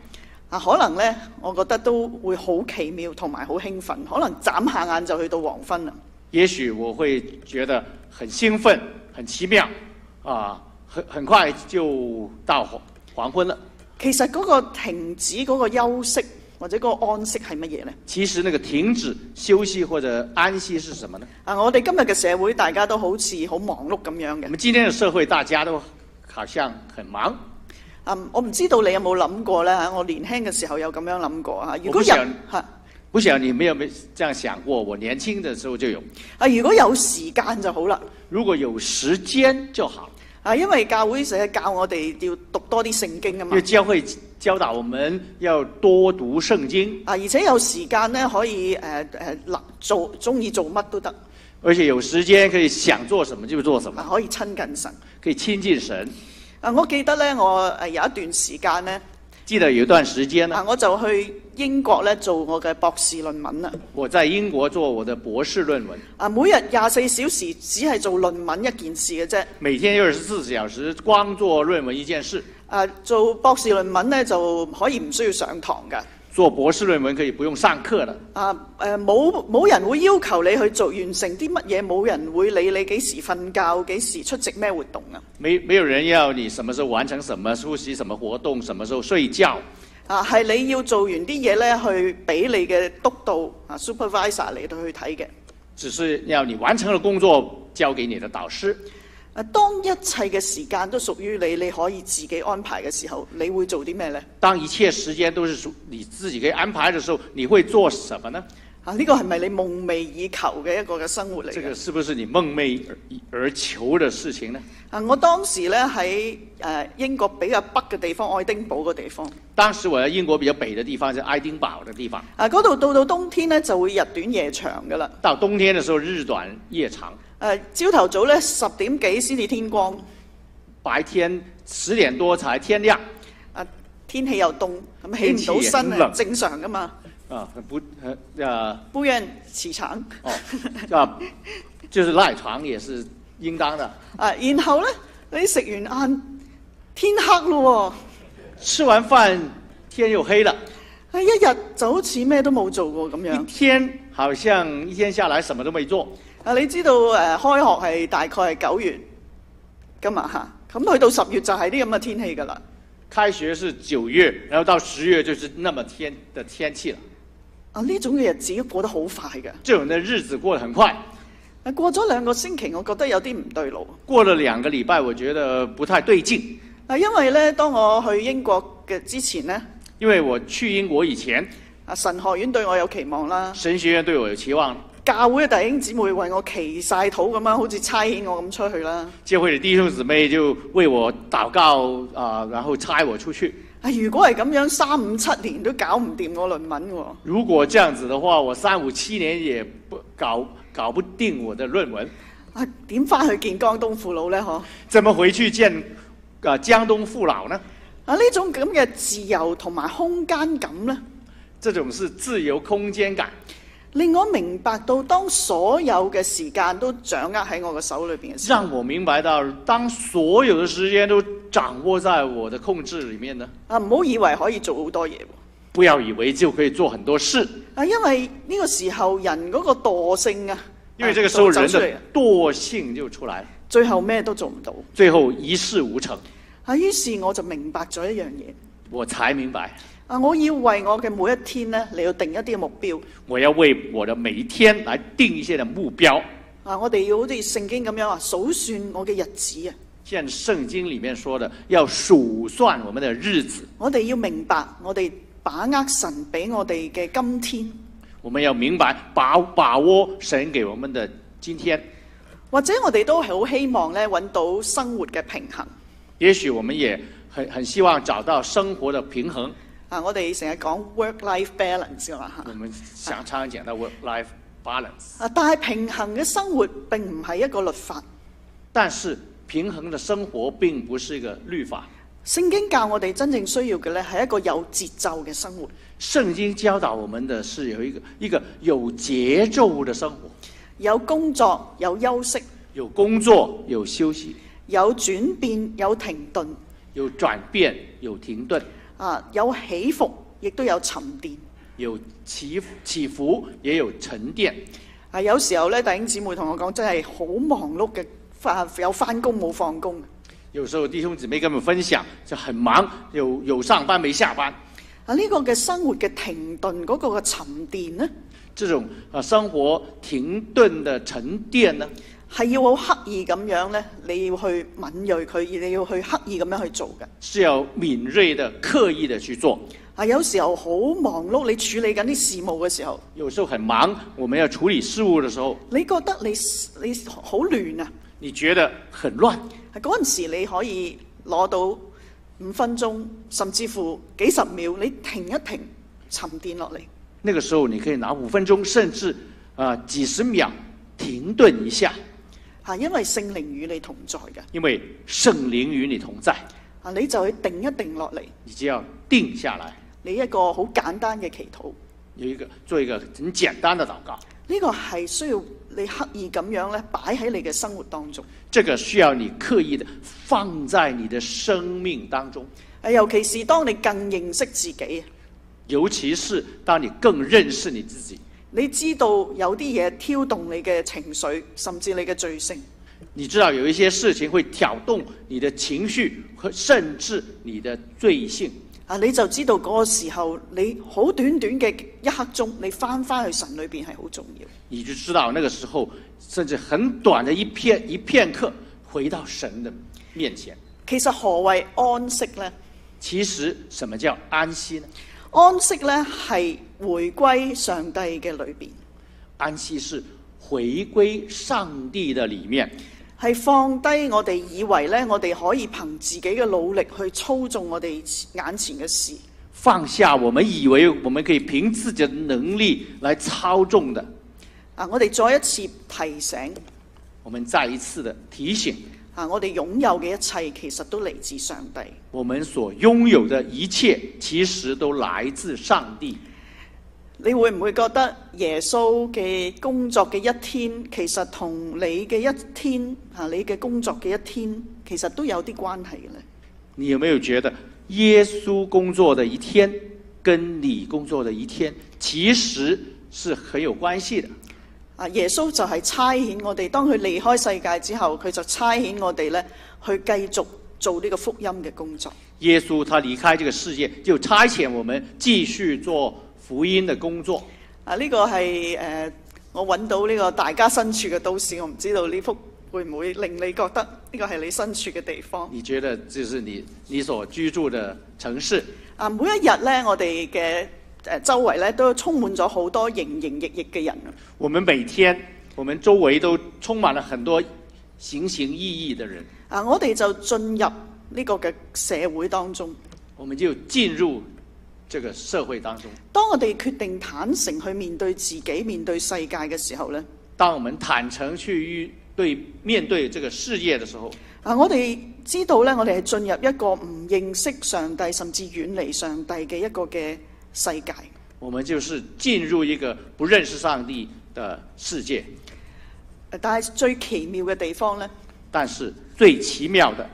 Speaker 1: 啊，可能呢，我覺得都會好奇妙同埋好興奮，可能眨下眼就去到黃昏啦。
Speaker 2: 也许我会觉得很兴奋、很奇妙，啊，很很快就到黄黄昏了。
Speaker 1: 其實嗰個停止嗰個休息或者嗰個安息係乜嘢呢？
Speaker 2: 其实那个停止、休息或者安息是什么呢？
Speaker 1: 啊，我哋今日嘅社會大家都好似好忙碌咁樣
Speaker 2: 我
Speaker 1: 嘅。
Speaker 2: 们今天的社会，大家都好像很忙。
Speaker 1: 啊，我唔知道你有冇諗過呢？嚇，啊我年輕嘅時候有咁樣諗過啊嚇。如果
Speaker 2: 我不
Speaker 1: 有
Speaker 2: 想
Speaker 1: 嚇
Speaker 2: 不晓得你们有没有这样想过？我年轻的时候就有，
Speaker 1: 啊，如果有時間就好啦。
Speaker 2: 如果有时间就好。
Speaker 1: 啊，因為教會成日教我哋要讀多啲聖經啊
Speaker 2: 因
Speaker 1: 嘛
Speaker 2: 为。教会教导我们要多读圣经，
Speaker 1: 啊，而且有時間呢，可以誒誒立做中意做乜都得，
Speaker 2: 而且有时间可以想做什么就做什么，
Speaker 1: 啊可以親近神。
Speaker 2: 可以亲近神。
Speaker 1: 啊，我記得咧，我誒有一段時間咧，
Speaker 2: 记得有一段时间呢，
Speaker 1: 啊，我就去英國咧做我嘅博士論文啦。
Speaker 2: 我在英国做我的博士论文，
Speaker 1: 啊，每日廿四小時只係做論文一件事嘅啫。
Speaker 2: 每天二十四小时光做论文一件事，
Speaker 1: 啊，做博士論文咧就可以唔需要上堂㗎。
Speaker 2: 做博士论文可以不用上課的，
Speaker 1: 啊誒，冇、冇人會要求你去做完成啲乜嘢，冇人會理你幾時瞓覺，幾時出席咩活動啊。
Speaker 2: 没没有人要你什么时候完成什么出席什么活动，什么时候睡觉，
Speaker 1: 啊，係你要做完啲嘢咧，去俾你嘅督導啊 supervisor 嚟到去睇嘅。
Speaker 2: 只是要你完成了工作交给你的导师。
Speaker 1: 啊，當一切嘅時間都屬於你，你可以自己安排嘅時候，你會做啲咩呢？
Speaker 2: 当一切时间都是属你自己可以安排的时候，你会做什么呢？
Speaker 1: 啊，呢個係咪你夢寐以求嘅一個嘅生活嚟
Speaker 2: 这
Speaker 1: 嘅
Speaker 2: 个？是不是你梦寐而而求的事情呢？
Speaker 1: 啊，我當時呢喺誒英國比較北嘅地方，愛丁堡個地方。
Speaker 2: 当时我在英国比较北的地方，是爱丁堡的地方。
Speaker 1: 啊，嗰度到到冬天呢就會日短夜長噶啦。
Speaker 2: 到冬天的时候，日短夜长，
Speaker 1: 誒，啊朝頭早呢十點幾先至天光，
Speaker 2: 白天十点多才天亮，
Speaker 1: 啊，天氣又凍，咁
Speaker 2: 天
Speaker 1: 起
Speaker 2: 氣
Speaker 1: 唔到身
Speaker 2: 很
Speaker 1: 啊，
Speaker 2: 冷
Speaker 1: 正常噶嘛。
Speaker 2: 啊，不，呃，啊，
Speaker 1: 不人持橙。
Speaker 2: 哦，啊，就是赖床也是应当的。
Speaker 1: 啊，然後呢，你食完晏天黑咯
Speaker 2: 吃完饭天又黑了，
Speaker 1: 喎，喺啊一日就好似咩都冇做過咁
Speaker 2: 一
Speaker 1: 樣。
Speaker 2: 天好像一天下来什麼都沒做。
Speaker 1: 啊，你知道誒、呃、開學係大概係九月噶嘛嚇，咁去到十月就係啲咁嘅天氣㗎啦。
Speaker 2: 開學是九月，然後到十月就是那麼天的天氣了。
Speaker 1: 啊，呢種嘅日子過得好快嘅。
Speaker 2: 這種的日子過得很快，
Speaker 1: 啊，過咗兩個星期，我覺得有啲唔對路。
Speaker 2: 過了兩個禮拜，我覺得不太對勁。
Speaker 1: 啊，因為咧，當我去英國嘅之前呢，
Speaker 2: 因為我去英國以前，
Speaker 1: 啊神學院對我有期望啦，
Speaker 2: 神學院對我有期望，
Speaker 1: 教會嘅弟兄姊妹為我祈晒肚咁樣，好似差遣我咁出去啦。
Speaker 2: 教會的弟兄姊妹就為我禱告啊、然後差我出去。
Speaker 1: 啊，如果係咁樣，三五七年都搞唔掂我論文喎。
Speaker 2: 如果這樣子的話，我三五七年也不搞搞不定我的論文，
Speaker 1: 啊，點翻去見江東父老呢？嗬？
Speaker 2: 怎麼回去見啊、江東父老呢？
Speaker 1: 啊，呢種咁嘅自由同埋空間感呢，
Speaker 2: 這種是自由空間感，
Speaker 1: 令我明白到當所有嘅時間都掌握喺我嘅手裏邊嘅時候，
Speaker 2: 讓我明白到，當所有的時間都掌握在我的控制裡面呢，
Speaker 1: 啊，唔好以為可以做好多嘢喎。
Speaker 2: 不要以為就可以做很多事，
Speaker 1: 啊，因為呢個時候人嗰個惰性啊，
Speaker 2: 因為這個時候
Speaker 1: 啊
Speaker 2: 人
Speaker 1: 走出嚟
Speaker 2: 的惰性就出來，
Speaker 1: 最後咩都做唔到。
Speaker 2: 最後一事無成。
Speaker 1: 啊，於是我就明白咗一樣嘢。
Speaker 2: 我才明白，
Speaker 1: 啊，我要為我嘅每一天呢，嚟到定一啲嘅目標。
Speaker 2: 我要為我的每一天來定一些的目標。
Speaker 1: 啊，我哋要好似聖經咁樣啊，數算我嘅日子啊。
Speaker 2: 像聖經裡面說的，要數算我們的日子，
Speaker 1: 我哋要明白，我哋把握神俾我哋嘅今天，
Speaker 2: 我們要明白把把握神給我們的今天。
Speaker 1: 或者我哋都係好希望呢揾到生活嘅平衡。
Speaker 2: 也許我們也很很希望找到生活的平衡。
Speaker 1: 啊，我哋成日講 work-life balance 㗎嘛嚇
Speaker 2: 我。們常常講到 work-life balance，
Speaker 1: 啊，但係平衡嘅生活並唔係一個律法。
Speaker 2: 但是平衡的生活並不是一個律法。
Speaker 1: 聖經教我哋真正需要嘅呢，係一個有節奏嘅生活。
Speaker 2: 聖經教導我們的是有一個一個有節奏的生活，
Speaker 1: 有工作，有休息，
Speaker 2: 有工作，有休息，
Speaker 1: 有轉變，有停頓，
Speaker 2: 有轉變，有停頓，
Speaker 1: 啊，有起伏，亦都有沉澱。
Speaker 2: 有起起伏，也有沉澱。
Speaker 1: 啊，有時候咧，弟兄姊妹同我講，真係好忙碌嘅，翻有翻工冇放工。
Speaker 2: 有時候弟兄姊妹跟我們分享，就很忙，有有上班沒下班，
Speaker 1: 啊，呢、個嘅生活嘅停頓嗰個嘅沉澱呢，
Speaker 2: 這種啊生活停頓的沉澱呢，
Speaker 1: 係要好刻意咁樣呢，你要去敏鋭佢，而你要去刻意咁樣去做嘅。
Speaker 2: 是要敏銳的、刻意的去做。
Speaker 1: 啊，有時候好忙碌，你處理緊啲事務嘅時候，
Speaker 2: 有時候很忙，我們要處理事務的時候，
Speaker 1: 你覺得你你好亂啊！
Speaker 2: 你覺得很亂，
Speaker 1: 嗰陣時你可以攞到五分鐘，甚至乎幾十秒，你停一停，沉澱落嚟。
Speaker 2: 那個時候你可以拿五分鐘，甚至啊、呃幾十秒停頓一下，
Speaker 1: 嚇，啊因為聖靈與你同在嘅，
Speaker 2: 因為聖靈與你同在，
Speaker 1: 啊，你就去定一定落嚟，
Speaker 2: 你就要定下來，
Speaker 1: 你一個好簡單嘅祈禱，
Speaker 2: 有一個做一個很簡單的禱告。
Speaker 1: 呢個係需要你刻意咁樣咧擺喺你嘅生活當中。
Speaker 2: 这個需要你刻意的放在你的生命當中，
Speaker 1: 啊，尤其是當你更認識自己，啊
Speaker 2: 尤其是當你更認識你自己，
Speaker 1: 你知道有啲嘢挑動你嘅情緒，甚至你嘅罪性。
Speaker 2: 你知道有一些事情會挑動你的情緒和甚至你的罪性，
Speaker 1: 啊，你就知道嗰個時候，你好短短嘅一刻鐘，你翻翻去神裏邊係好重要。
Speaker 2: 你就知道那個時候，甚至很短的一片一片刻，回到神的面前。
Speaker 1: 其實何謂安息呢？
Speaker 2: 其實什麼叫安息呢？
Speaker 1: 安息呢係回歸上帝嘅裏邊，
Speaker 2: 安息是回歸上帝的裡面，
Speaker 1: 係放低我哋以為呢，我哋可以憑自己嘅努力去操縱我哋眼前嘅事。
Speaker 2: 放下我們以為我們可以憑自己的能力來操縱的。
Speaker 1: 啊，我哋再一次提醒
Speaker 2: 我們再一次的提醒，
Speaker 1: 啊，我哋擁有嘅一切其實都嚟自上帝。
Speaker 2: 我們所擁有的一切，其實都來自上帝。
Speaker 1: 你會唔會覺得耶穌嘅工作嘅一天，其實同你嘅一天嚇，你嘅工作嘅一天，其實都有啲關係嘅咧？
Speaker 2: 你有沒有覺得耶穌工作的一天，跟你工作的一天其实是很有关系的。
Speaker 1: 啊，耶穌就係差遣我哋，當佢離開世界之後，佢就差遣我哋咧去繼續做呢個福音嘅工作。
Speaker 2: 耶稣他离开这个世界，就差遣我们继续做福音的工作。
Speaker 1: 啊，呢、個係誒、呃我揾到呢個大家身處嘅都市，我唔知道呢幅會唔會令你覺得呢個係你身處嘅地方。
Speaker 2: 你觉得这是你你所居住的城市？
Speaker 1: 啊，每一日咧，我哋嘅誒周圍咧都充滿咗好多營營役役嘅人。
Speaker 2: 我们每天，我们周围都充满了很多形形意义的人，
Speaker 1: 啊，我哋就進入呢個嘅社會當中。
Speaker 2: 我们就进入这个社会当中。
Speaker 1: 當我哋決定坦誠去面對自己、面對世界嘅時候咧，
Speaker 2: 当我们坦诚去与对面对这个世界的时候，
Speaker 1: 啊，我哋知道咧，我哋係進入一個唔認識上帝，甚至遠離上帝嘅一個嘅世界。
Speaker 2: 我们就是进入一个不认识上帝的世界。
Speaker 1: 啊但係最奇妙嘅地方咧，
Speaker 2: 但是最奇妙的，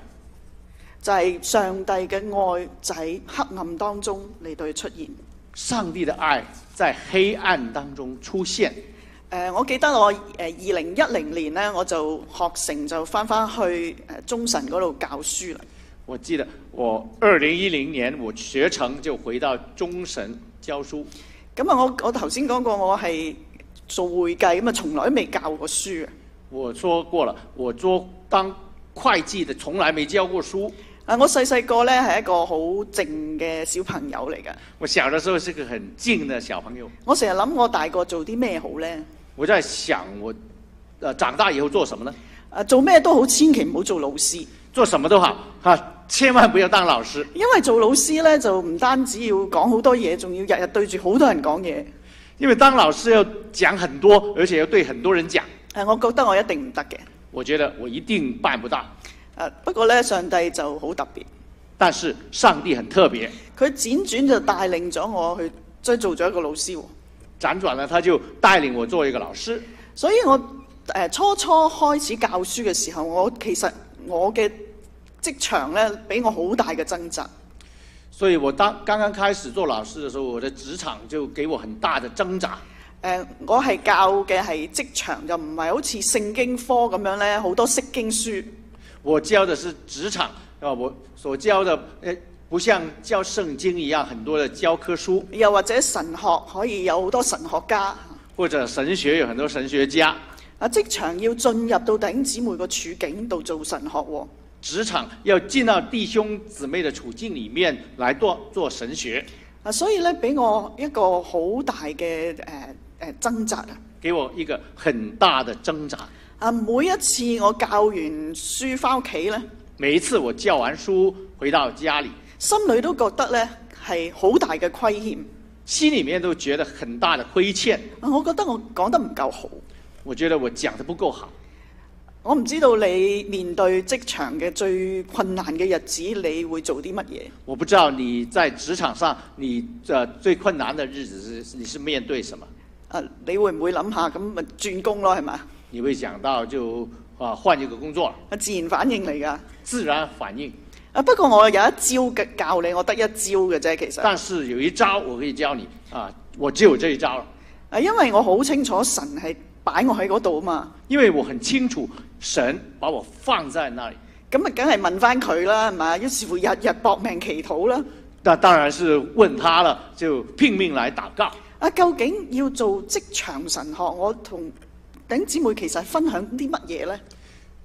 Speaker 1: 就係、上帝嘅愛就喺黑暗當中嚟到出現。
Speaker 2: 上帝的爱在黑暗当中出现。
Speaker 1: 誒、呃我記得我誒二零一零年咧，我就學成就翻翻去誒中神嗰度教書啦。
Speaker 2: 我记得我二零一零年我学成就回到中神教书，
Speaker 1: 咁啊，我我頭先講過，我係做會計，咁啊，從來都未教過書嘅。
Speaker 2: 我说过了，我做当会计的从来没教过书。
Speaker 1: 啊，我細細個咧係一個好靜嘅小朋友嚟嘅。
Speaker 2: 我小的时候是个很静的小朋友，
Speaker 1: 我成日諗我大個做啲咩好呢？
Speaker 2: 我在想我，呃，长大以后做什么呢？
Speaker 1: 啊，做咩都好，千祈唔好做老師，
Speaker 2: 做什么都好啊，千萬不要當老師。
Speaker 1: 因為做老師呢，就唔單止要講好多嘢，仲要日日對住好多人講嘢。
Speaker 2: 因为当老师要讲很多，而且要对很多人讲，
Speaker 1: 誒、啊我覺得我一定唔得嘅。
Speaker 2: 我觉得我一定办不到。
Speaker 1: 誒、不過呢，上帝就好特別，
Speaker 2: 但是上帝很特别，
Speaker 1: 佢輾轉就帶領咗我去，即係做咗一個老師喎。
Speaker 2: 辗转呢，他就带领我做一个老师。
Speaker 1: 所以我誒、初初開始教書嘅時候，我其實我嘅職場呢，俾我好大嘅掙扎。啊
Speaker 2: 所以我当刚刚开始做老师的时候，我的职场就给我很大的挣扎。
Speaker 1: 誒、我係教嘅係職場，就唔係好似聖經科咁樣咧，好多釋經書。
Speaker 2: 我教的是职场啊，我所教的呃不像教圣经一样很多的教科书，
Speaker 1: 又或者神學可以有好多神學家。
Speaker 2: 或者神学有很多神学家。
Speaker 1: 啊，職場要進入到弟兄姊妹個處境度做神學喎。
Speaker 2: 职场要进到弟兄姊妹的处境里面来做做神学，
Speaker 1: 啊，所以咧俾我一個好大嘅誒誒掙扎啊！
Speaker 2: 给我一个很大的挣扎。
Speaker 1: 啊，每一次我教完書翻屋企咧，
Speaker 2: 每一次我教完书回到家里，
Speaker 1: 心裏都覺得咧係好大嘅虧欠。
Speaker 2: 心里面都觉得很大的亏欠，
Speaker 1: 啊，我覺得我講得唔夠好。
Speaker 2: 我觉得我讲的不够好。
Speaker 1: 我唔知道你面對職場嘅最困難嘅日子，你會做啲乜嘢？
Speaker 2: 我不知道你在职场上你呃最困难的日子是你是面对什么？
Speaker 1: 啊，你會唔會諗下咁咪轉工咯？係咪？啊，
Speaker 2: 你会想到就啊换一个工作，
Speaker 1: 自然反應嚟㗎。
Speaker 2: 自然反应。
Speaker 1: 啊，不過我有一招嘅教你，我得一招嘅啫，其實。
Speaker 2: 但是有一招我可以教你啊，我只有这一招了，
Speaker 1: 啊，因為我好清楚神係擺我喺嗰度啊嘛，
Speaker 2: 因为我很清楚神把我放在那里。
Speaker 1: 咁啊，梗係問翻佢啦，係咪？於是乎日日搏命祈禱啦。
Speaker 2: 那当然是问他了，就拼命来祷告。
Speaker 1: 啊，究竟要做職場神學，我同頂姊妹其實分享啲乜嘢呢？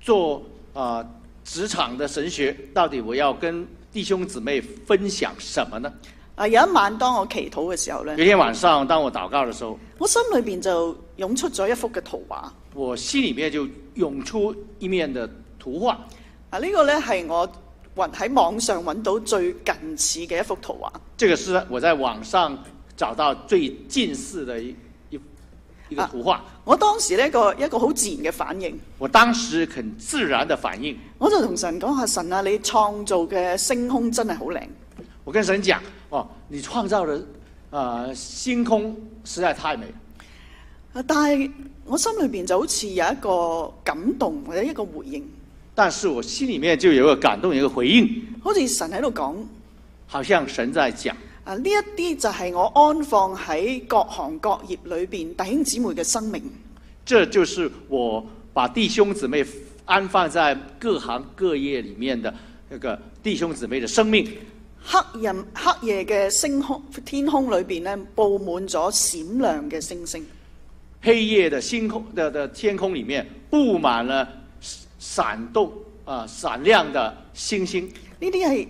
Speaker 2: 做啊、职场的神学，到底我要跟弟兄姊妹分享什么呢？
Speaker 1: 啊，有一晚當我祈禱嘅時候呢，
Speaker 2: 有一天晚上，当我祷告的时候，
Speaker 1: 我心裏邊就湧出咗一幅嘅圖畫。
Speaker 2: 我心里面就涌出一面的图画，
Speaker 1: 啊，呢、個呢係我揾喺網上揾到最近似嘅一幅圖畫。
Speaker 2: 这个是我在网上找到最近似的一一一个图画。
Speaker 1: 我當時呢個一個好自然嘅反應，
Speaker 2: 我当时很自然的反应，
Speaker 1: 我就同神講下神啊，你創造嘅星空真係好靚。
Speaker 2: 我跟神讲：“哦，你创造的呃星空实在太美了。
Speaker 1: 啊！但係我心裏邊就好似有一個感動或者一個回應，”
Speaker 2: 但是我心里面就有一个感动，有一个回应，
Speaker 1: 好似神喺度講：
Speaker 2: 好像神在讲
Speaker 1: 啊，呢一啲就係我安放喺各行各業裏邊弟兄姊妹嘅生命。
Speaker 2: 这就是我把弟兄姊妹安放在各行各业里面的那个弟兄姊妹的生命。
Speaker 1: 黑人黑夜嘅星空天空裏邊咧，佈滿咗閃亮嘅星星。
Speaker 2: 黑夜的星空的的天空里面布满了闪闪动啊、闪亮的星星。
Speaker 1: 呢啲係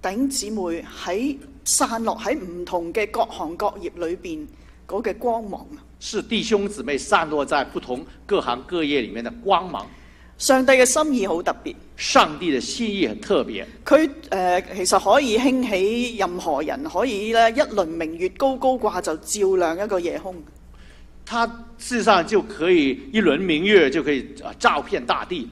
Speaker 1: 弟兄姊妹喺散落喺唔同嘅各行各業裏邊嗰嘅光芒啊！
Speaker 2: 是弟兄姊妹散落在不同各行各业里面的光芒。
Speaker 1: 上帝嘅心意好特別，
Speaker 2: 上帝的心意很特别，
Speaker 1: 佢誒、呃其實可以興起任何人，可以咧一輪明月高高掛就照亮一個夜空。
Speaker 2: 他事实上就可以一轮明月就可以啊照遍大地，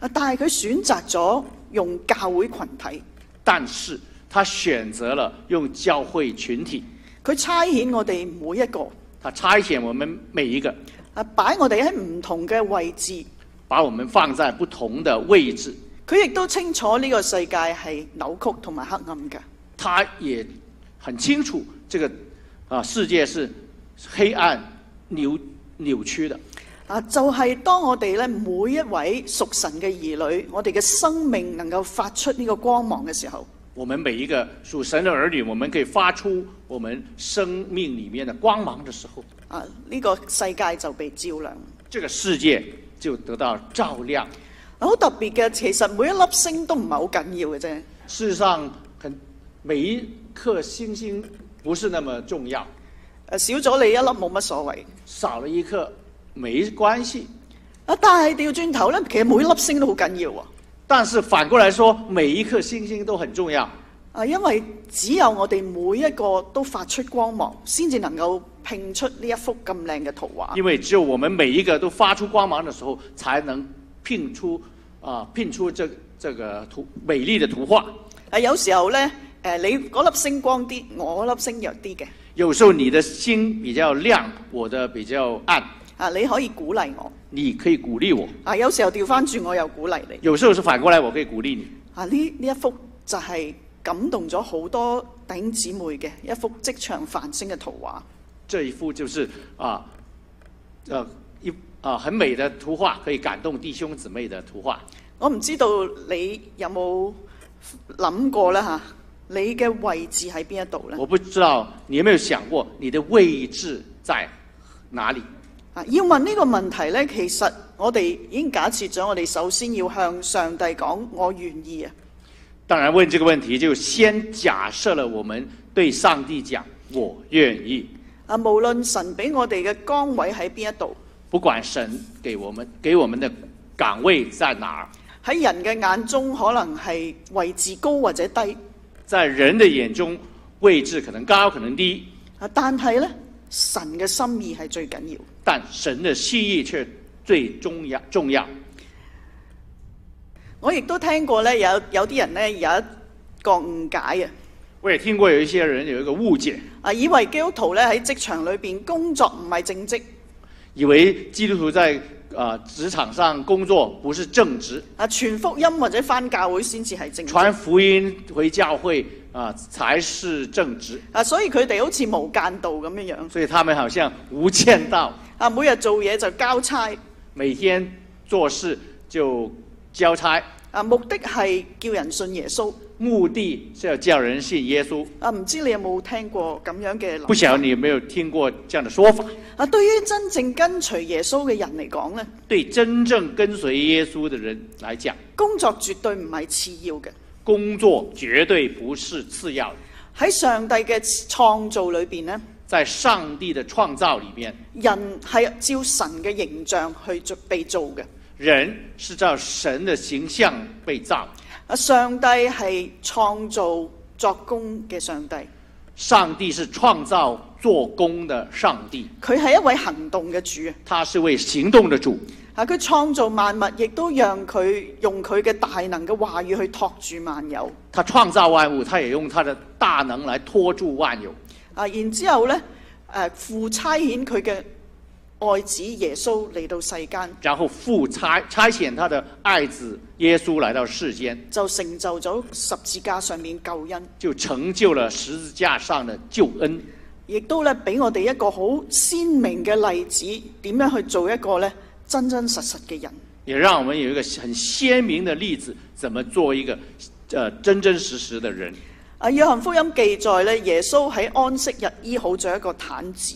Speaker 1: 啊，但係佢選擇咗用教會群體，
Speaker 2: 但是他选择了用教会群体，
Speaker 1: 佢差遣我哋每一個
Speaker 2: 他差遣我们每一个，
Speaker 1: 啊，擺我哋喺唔同嘅位置。
Speaker 2: 把我们放在不同的位置。
Speaker 1: 佢亦都清楚呢個世界係扭曲同埋黑暗嘅，
Speaker 2: 他也很清楚这个啊世界是黑暗扭扭曲的。
Speaker 1: 啊，就係、當我哋咧每一位屬神嘅兒女，我哋嘅生命能夠發出呢個光芒嘅時候，
Speaker 2: 我们每一个属神的儿女，我们可以发出我们生命里面的光芒的时候，
Speaker 1: 啊，呢、個世界就被照亮。
Speaker 2: 这个世界就得到照亮。
Speaker 1: 啊好特別嘅，其實每一粒星都唔係好緊要嘅啫。
Speaker 2: 事实上，很每一颗星星不是那么重要，
Speaker 1: 誒啊少咗你一粒冇乜所謂。
Speaker 2: 少了一颗没关系。
Speaker 1: 啊，但係調轉頭咧，其實每一粒星都好緊要喎。
Speaker 2: 但是反过来说，每一颗星星都很重要，
Speaker 1: 啊，因為只有我哋每一個都發出光芒，先至能夠拼出呢一幅咁靚嘅圖畫。
Speaker 2: 因为只有我们每一个都发出光芒的时候，才能拼出啊、拼出这这个图美丽的图画。
Speaker 1: 啊，有時候咧，誒、你嗰粒星光啲，我粒星弱啲嘅。
Speaker 2: 有时候你的心比较亮，我的比较暗，
Speaker 1: 啊，你可以鼓勵我。
Speaker 2: 你可以鼓勵我；
Speaker 1: 啊，有時候調翻轉，我又鼓勵你。
Speaker 2: 有时候是反过来，我可以鼓勵你。
Speaker 1: 啊，呢呢一幅就係感動咗好多弟兄姊妹嘅一幅職場繁星嘅圖畫。
Speaker 2: 这一幅就是啊，呃一啊很美的图画，可以感動弟兄姊妹的图画。
Speaker 1: 我唔知道你有冇諗過啦嚇，你嘅位置喺邊一度呢？
Speaker 2: 我不知道你有没有想過你的位置在哪里？
Speaker 1: 啊，要問呢個問題呢，其實我哋已經假設咗，我哋首先要向上帝講我願意啊。
Speaker 2: 当然，問這個問題就先假設了我們對上帝講“我願意
Speaker 1: 啊，無論神俾我哋嘅崗位喺邊一度，”，
Speaker 2: 不管神給我們给我們的崗位在哪儿，
Speaker 1: 喺人嘅眼中可能係位置高或者低
Speaker 2: 在人的眼中位置可能高可能低，
Speaker 1: 啊，但係呢，神嘅心意係最緊要。
Speaker 2: 但神的心意却最重要重要。
Speaker 1: 我亦都聽過呢，有有啲人呢有一個誤解啊，
Speaker 2: 我也聽過有一些人有一個誤解，
Speaker 1: 啊以為基督徒呢喺職場裏邊工作唔係正職
Speaker 2: 以為基督徒在啊、呃職場上工作不是正職，
Speaker 1: 啊，傳福音或者返教會先至係正職
Speaker 2: 傳福音回教會啊、呃才是正職，
Speaker 1: 啊，所以佢哋好似無間道咁樣樣
Speaker 2: 所以他們好像無間道，
Speaker 1: 啊，每日做嘢就交差
Speaker 2: 每天做事就交差，
Speaker 1: 啊，目的係叫人信耶穌
Speaker 2: 目的是要叫人信耶穌。
Speaker 1: 啊，唔知你有冇聽過咁樣嘅諗法？
Speaker 2: 不曉得你有沒有聽過這樣的說法？
Speaker 1: 啊，對於真正跟隨耶穌嘅人嚟講呢，
Speaker 2: 對真正跟隨耶穌的人來講，
Speaker 1: 工作絕對唔係次要嘅。
Speaker 2: 工作絕對不是次要的。
Speaker 1: 喺上帝嘅創造裏邊呢，
Speaker 2: 在上帝的創造裏面，
Speaker 1: 人係照神嘅形象去做被造嘅。
Speaker 2: 人是照神的形象被造，
Speaker 1: 啊，上帝係創造作工嘅上帝，
Speaker 2: 上帝是創造做工的上帝，
Speaker 1: 佢係一位行動嘅主啊！
Speaker 2: 他是为行動的主，
Speaker 1: 啊！佢創造萬物，亦都讓佢用佢嘅大能嘅話語去托住萬有。
Speaker 2: 他創造萬物，他也用他的大能來托住萬有。
Speaker 1: 呃啊！然之後呢，誒、父差遣佢嘅愛子耶穌嚟到世間，
Speaker 2: 然后父差差遣他的爱子耶稣来到世间，
Speaker 1: 就成就咗十字架上面救恩，
Speaker 2: 就成就了十字架上的救恩，
Speaker 1: 亦都咧俾我哋一個好鮮明嘅例子，點樣去做一個咧真真實實嘅人。
Speaker 2: 也让我们有一个很鲜明的例子，怎么做一个呃真真实实的人。
Speaker 1: 啊，約翰福音記載咧，耶穌喺安息日醫好咗一個癱子。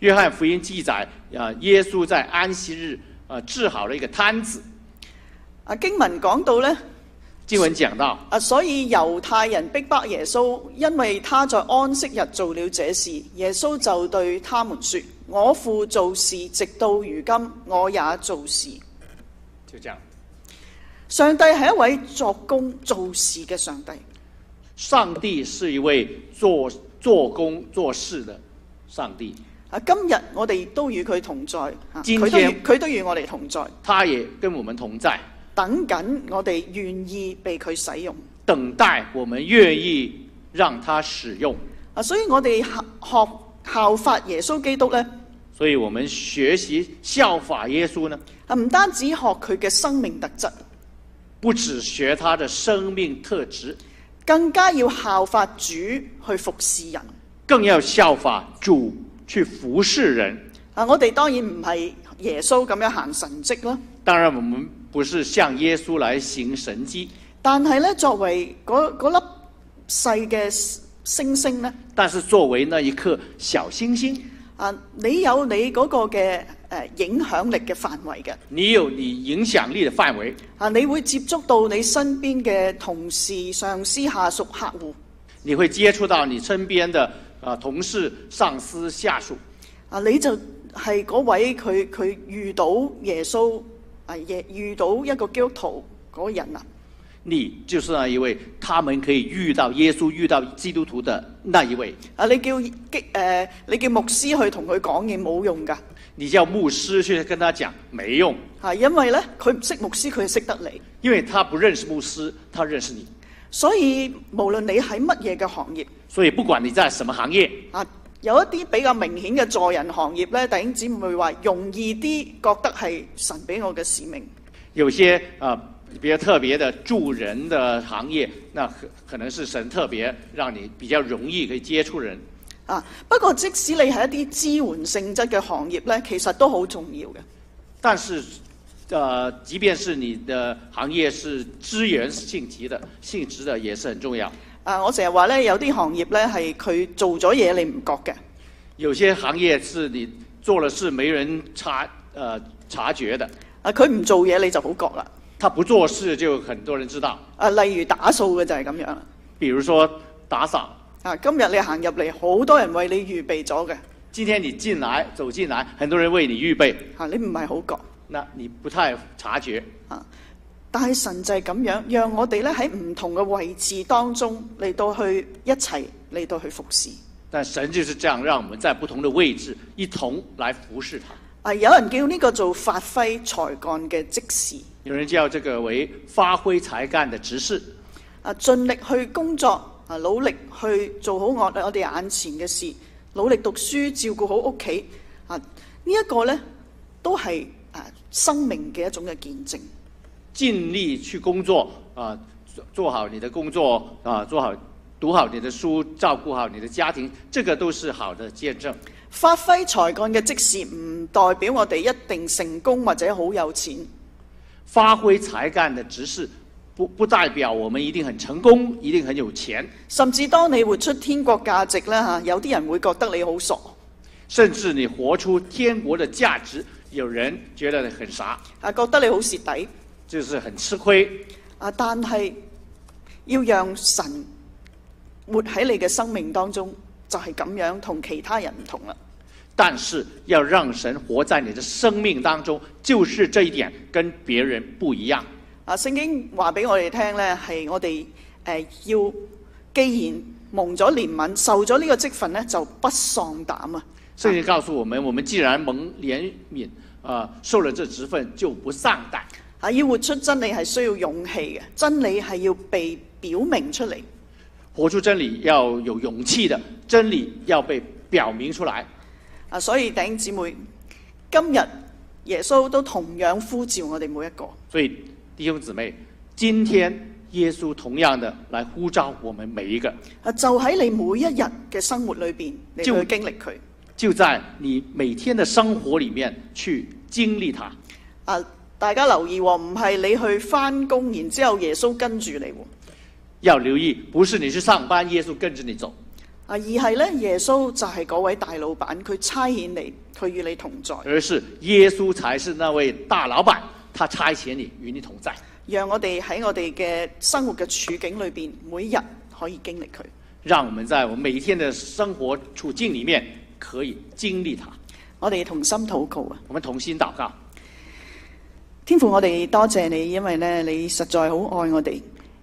Speaker 2: 约翰福音记载，啊，耶稣在安息日啊治好了一个摊子。
Speaker 1: 啊，經文講到咧，
Speaker 2: 经文讲到，
Speaker 1: 啊，所以猶太人逼迫耶穌，因為他在安息日做了這事。耶穌就對他們說：我父做事，直到如今，我也做事。
Speaker 2: 就这样，
Speaker 1: 上帝係一位作工做事嘅上帝。
Speaker 2: 上帝是一位做做工做事的上帝，
Speaker 1: 啊，今日我哋都與佢同在，啊
Speaker 2: 今
Speaker 1: 佢都
Speaker 2: 天
Speaker 1: 與佢都與我哋同在，
Speaker 2: 他也跟我们同在，
Speaker 1: 等緊我哋願意被佢使用。
Speaker 2: 等待我们愿意让他使用。
Speaker 1: 啊，所以我哋效學效法耶穌基督呢，
Speaker 2: 所以，我们学习效法耶稣呢，
Speaker 1: 啊，唔單止學佢嘅生命特質，
Speaker 2: 不只学他的生命特质，
Speaker 1: 更加要效法主去服侍人。
Speaker 2: 更要效法主去服侍人。
Speaker 1: 啊，我哋當然唔係耶穌咁樣行神蹟啦，
Speaker 2: 当然，我们不是向耶稣来行神迹，
Speaker 1: 但係呢，作為嗰嗰粒細嘅星星呢，
Speaker 2: 但是作为那一颗小星星，
Speaker 1: 啊，你有你嗰個嘅誒、呃影響力嘅範圍嘅。
Speaker 2: 你有你影响力的范围，
Speaker 1: 啊，你會接觸到你身邊嘅同事、上司、下屬、客戶。
Speaker 2: 你会接触到你身边的啊、呃同事、上司、下属，
Speaker 1: 啊，你就係嗰位佢佢遇到耶穌啊，耶遇到一個基督徒嗰個人啊。
Speaker 2: 你就是那一位他们可以遇到耶稣、遇到基督徒的那一位。
Speaker 1: 啊，你叫激誒、呃你叫牧師去同佢講嘢冇用㗎。
Speaker 2: 你叫牧师去跟他講没用，
Speaker 1: 啊，因為咧佢唔識牧師，佢係識得你。
Speaker 2: 因为他不认识牧师，他认识你。
Speaker 1: 所以無論你喺乜嘢嘅行業，
Speaker 2: 所以不管你在什么行業，
Speaker 1: 啊，有一啲比較明顯嘅助人行業咧，弟兄姊妹話容易啲，覺得係神俾我嘅使命。
Speaker 2: 有些啊、呃比较特别的助人的行業，那可可能是神特别让你比较容易可以接觸人。
Speaker 1: 啊，不過即使你係一啲支援性質嘅行業呢，其實都好重要嘅。
Speaker 2: 但是，呃，即便是你的行業是支援性质的性质的，也是很重要。
Speaker 1: 啊，我成日話呢，有啲行業呢係佢做咗嘢你唔覺嘅，
Speaker 2: 有些行業是你做了事没人察呃察觉的，
Speaker 1: 啊佢唔做嘢你就好覺啦。
Speaker 2: 他不做事就很多人知道。
Speaker 1: 啊，例如打掃嘅就係咁樣啦。
Speaker 2: 比如说打扫，
Speaker 1: 啊，今日你行入嚟，好多人為你預備咗嘅，
Speaker 2: 今天你进来走进来，很多人为你预备，
Speaker 1: 啊你唔係好覺。
Speaker 2: 那你不太察觉。
Speaker 1: 啊，但係神就係咁樣，讓我哋呢喺唔同嘅位置當中嚟到去一齊嚟到去服侍。
Speaker 2: 但神就是这样，让我们在不同的位置一同来服侍他。
Speaker 1: 啊，有人叫呢個做發揮才幹嘅即時。
Speaker 2: 有人叫这个为发挥才干的执事，
Speaker 1: 啊，盡力去工作，啊，努力去做好我我哋眼前嘅事，努力讀書，照顧好屋企，啊，呢、一個呢，都係啊生命嘅一種嘅見證。
Speaker 2: 尽力去工作啊、做做好你的工作啊、做好读好你的书，照顾好你的家庭，这个都是好的见证。
Speaker 1: 發揮才幹嘅即時唔代表我哋一定成功或者好有錢，
Speaker 2: 发挥才干的执事，不不代表我们一定很成功，一定很有钱。
Speaker 1: 甚至當你活出天國價值呢，嚇、啊有啲人會覺得你好傻。
Speaker 2: 甚至你活出天国的价值，有人觉得很傻，
Speaker 1: 啊，覺得你好蝕底
Speaker 2: 就是很吃亏。
Speaker 1: 啊！但係要讓神活喺你嘅生命當中，就係、咁樣同其他人唔同啦。
Speaker 2: 但是要让神活在你的生命当中，就是这一点跟别人不一样。
Speaker 1: 啊，聖經話俾我哋聽呢，係我哋誒、呃要，既然蒙咗憐憫，受咗呢個職分呢，就不喪膽啊！
Speaker 2: 圣经告诉我们，我们既然蒙怜悯，啊、受了这职分，就不上当。
Speaker 1: 啊，要活出真理係需要勇氣嘅，真理係要被表明出嚟。
Speaker 2: 活出真理要有勇气的，真理要被表明出来。
Speaker 1: 啊，所以弟兄姊妹，今日耶穌都同樣呼召我哋每一個。
Speaker 2: 所以弟兄姊妹，今天耶穌同樣的来呼召我们每一个，
Speaker 1: 啊，就喺你每一日嘅生活裏邊，你去
Speaker 2: 就
Speaker 1: 經歷佢。
Speaker 2: 就在你每天的生活里面去经历它。
Speaker 1: 啊，大家留意喎，唔係你去翻工，然之後耶穌跟住你喎。
Speaker 2: 要留意，不是你去上班，耶穌跟着你走，
Speaker 1: 啊，而係咧，耶穌就係嗰位大老闆，佢差遣你，佢與你同在，
Speaker 2: 而是耶穌才是那位大老板，他差遣你，与你同在。
Speaker 1: 讓我哋喺我哋嘅生活嘅處境裏邊，每日可以經歷佢。
Speaker 2: 让我们在我们每一天的生活处境里面可以经历它。
Speaker 1: 我哋同心禱告啊！
Speaker 2: 我们同心祷告，
Speaker 1: 天父，我哋多謝你，因為咧你實在好愛我哋，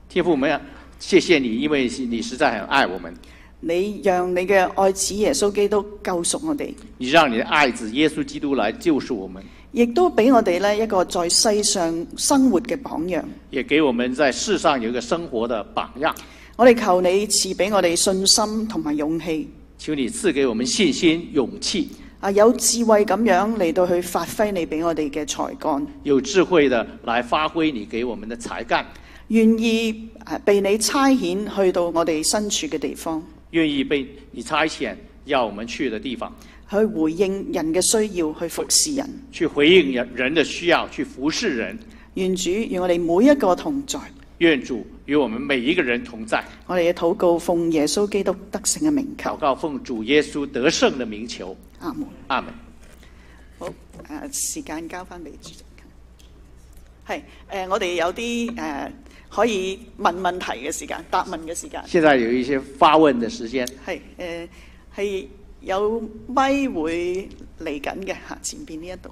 Speaker 2: 天父，我们谢谢你，因为你实在很爱我们，
Speaker 1: 你讓你嘅愛子耶穌基督救贖我哋，
Speaker 2: 你让你的爱子耶稣基督来救赎我们，
Speaker 1: 亦都俾我哋咧一個在世上生活嘅榜樣。
Speaker 2: 也给我们在世上有一个生活的榜样。
Speaker 1: 我哋求你賜俾我哋信心同埋勇氣，
Speaker 2: 求你赐给我们信心、勇气，
Speaker 1: 啊有智慧咁樣嚟到去發揮你俾我哋嘅才幹，
Speaker 2: 有智慧的来发挥你给我们的才干，
Speaker 1: 願意啊被你差遣去到我哋身處嘅地方，
Speaker 2: 愿意被你差遣要我们去的地方，
Speaker 1: 去回應人嘅需要，去服侍人。
Speaker 2: 去回应人人的需要，去服侍人。
Speaker 1: 願主與我哋每一個同在。
Speaker 2: 愿主与我们每一个人同在。
Speaker 1: 我哋嘅禱告奉耶穌基督得勝嘅名
Speaker 2: 祷
Speaker 1: 求，
Speaker 2: 告奉主耶稣得胜的名求，
Speaker 1: 阿門。
Speaker 2: 阿门。
Speaker 1: 好，誒、時間交翻俾主席。係誒、我哋有啲誒、可以問問題嘅時間，答問嘅時間。
Speaker 2: 现在有一些发问的時間，
Speaker 1: 係誒係有咪會嚟緊嘅嚇，前邊呢一度。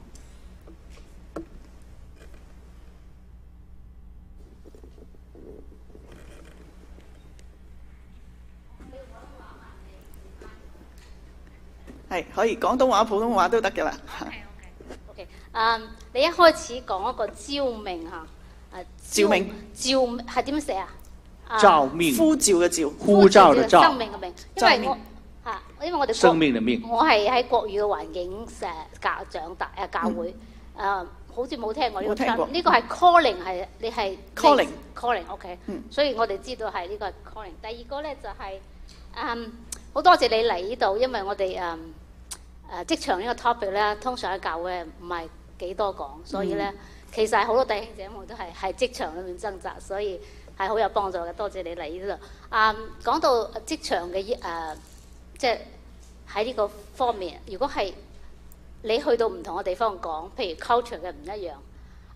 Speaker 1: 係可以廣東話、普通話都得㗎啦。嚇
Speaker 3: OK，誒，你一開始講一個照明嚇，誒
Speaker 1: 照明
Speaker 3: 照明係點樣寫啊？啊
Speaker 2: 照命
Speaker 1: 呼召嘅召，
Speaker 2: 呼召的
Speaker 3: 照
Speaker 2: 召
Speaker 3: 生，命嘅命，因
Speaker 1: 照
Speaker 3: 為
Speaker 1: 明
Speaker 3: 我嚇，因為我哋國
Speaker 2: 生命的命。
Speaker 3: 我係喺國語嘅環境誒教長大誒教會誒，好似冇聽過呢個
Speaker 1: 冇聽過
Speaker 3: term 呢個係 calling 係你係
Speaker 1: Calling
Speaker 3: calling OK，
Speaker 1: 嗯
Speaker 3: 所以我哋知道係呢個係 calling。第二個咧就嗯係誒好多謝你嚟呢度，因為我哋誒誒職場呢個 topic 咧，通常喺教會唔係幾多講，所以咧其實係好多弟兄姐妹都係喺職場裏面掙扎，所以係好有幫助嘅。多謝你嚟呢度。啊，講到職場嘅誒、呃即係喺呢個方面，如果係你去到唔同嘅地方講，譬如 culture 嘅唔一樣，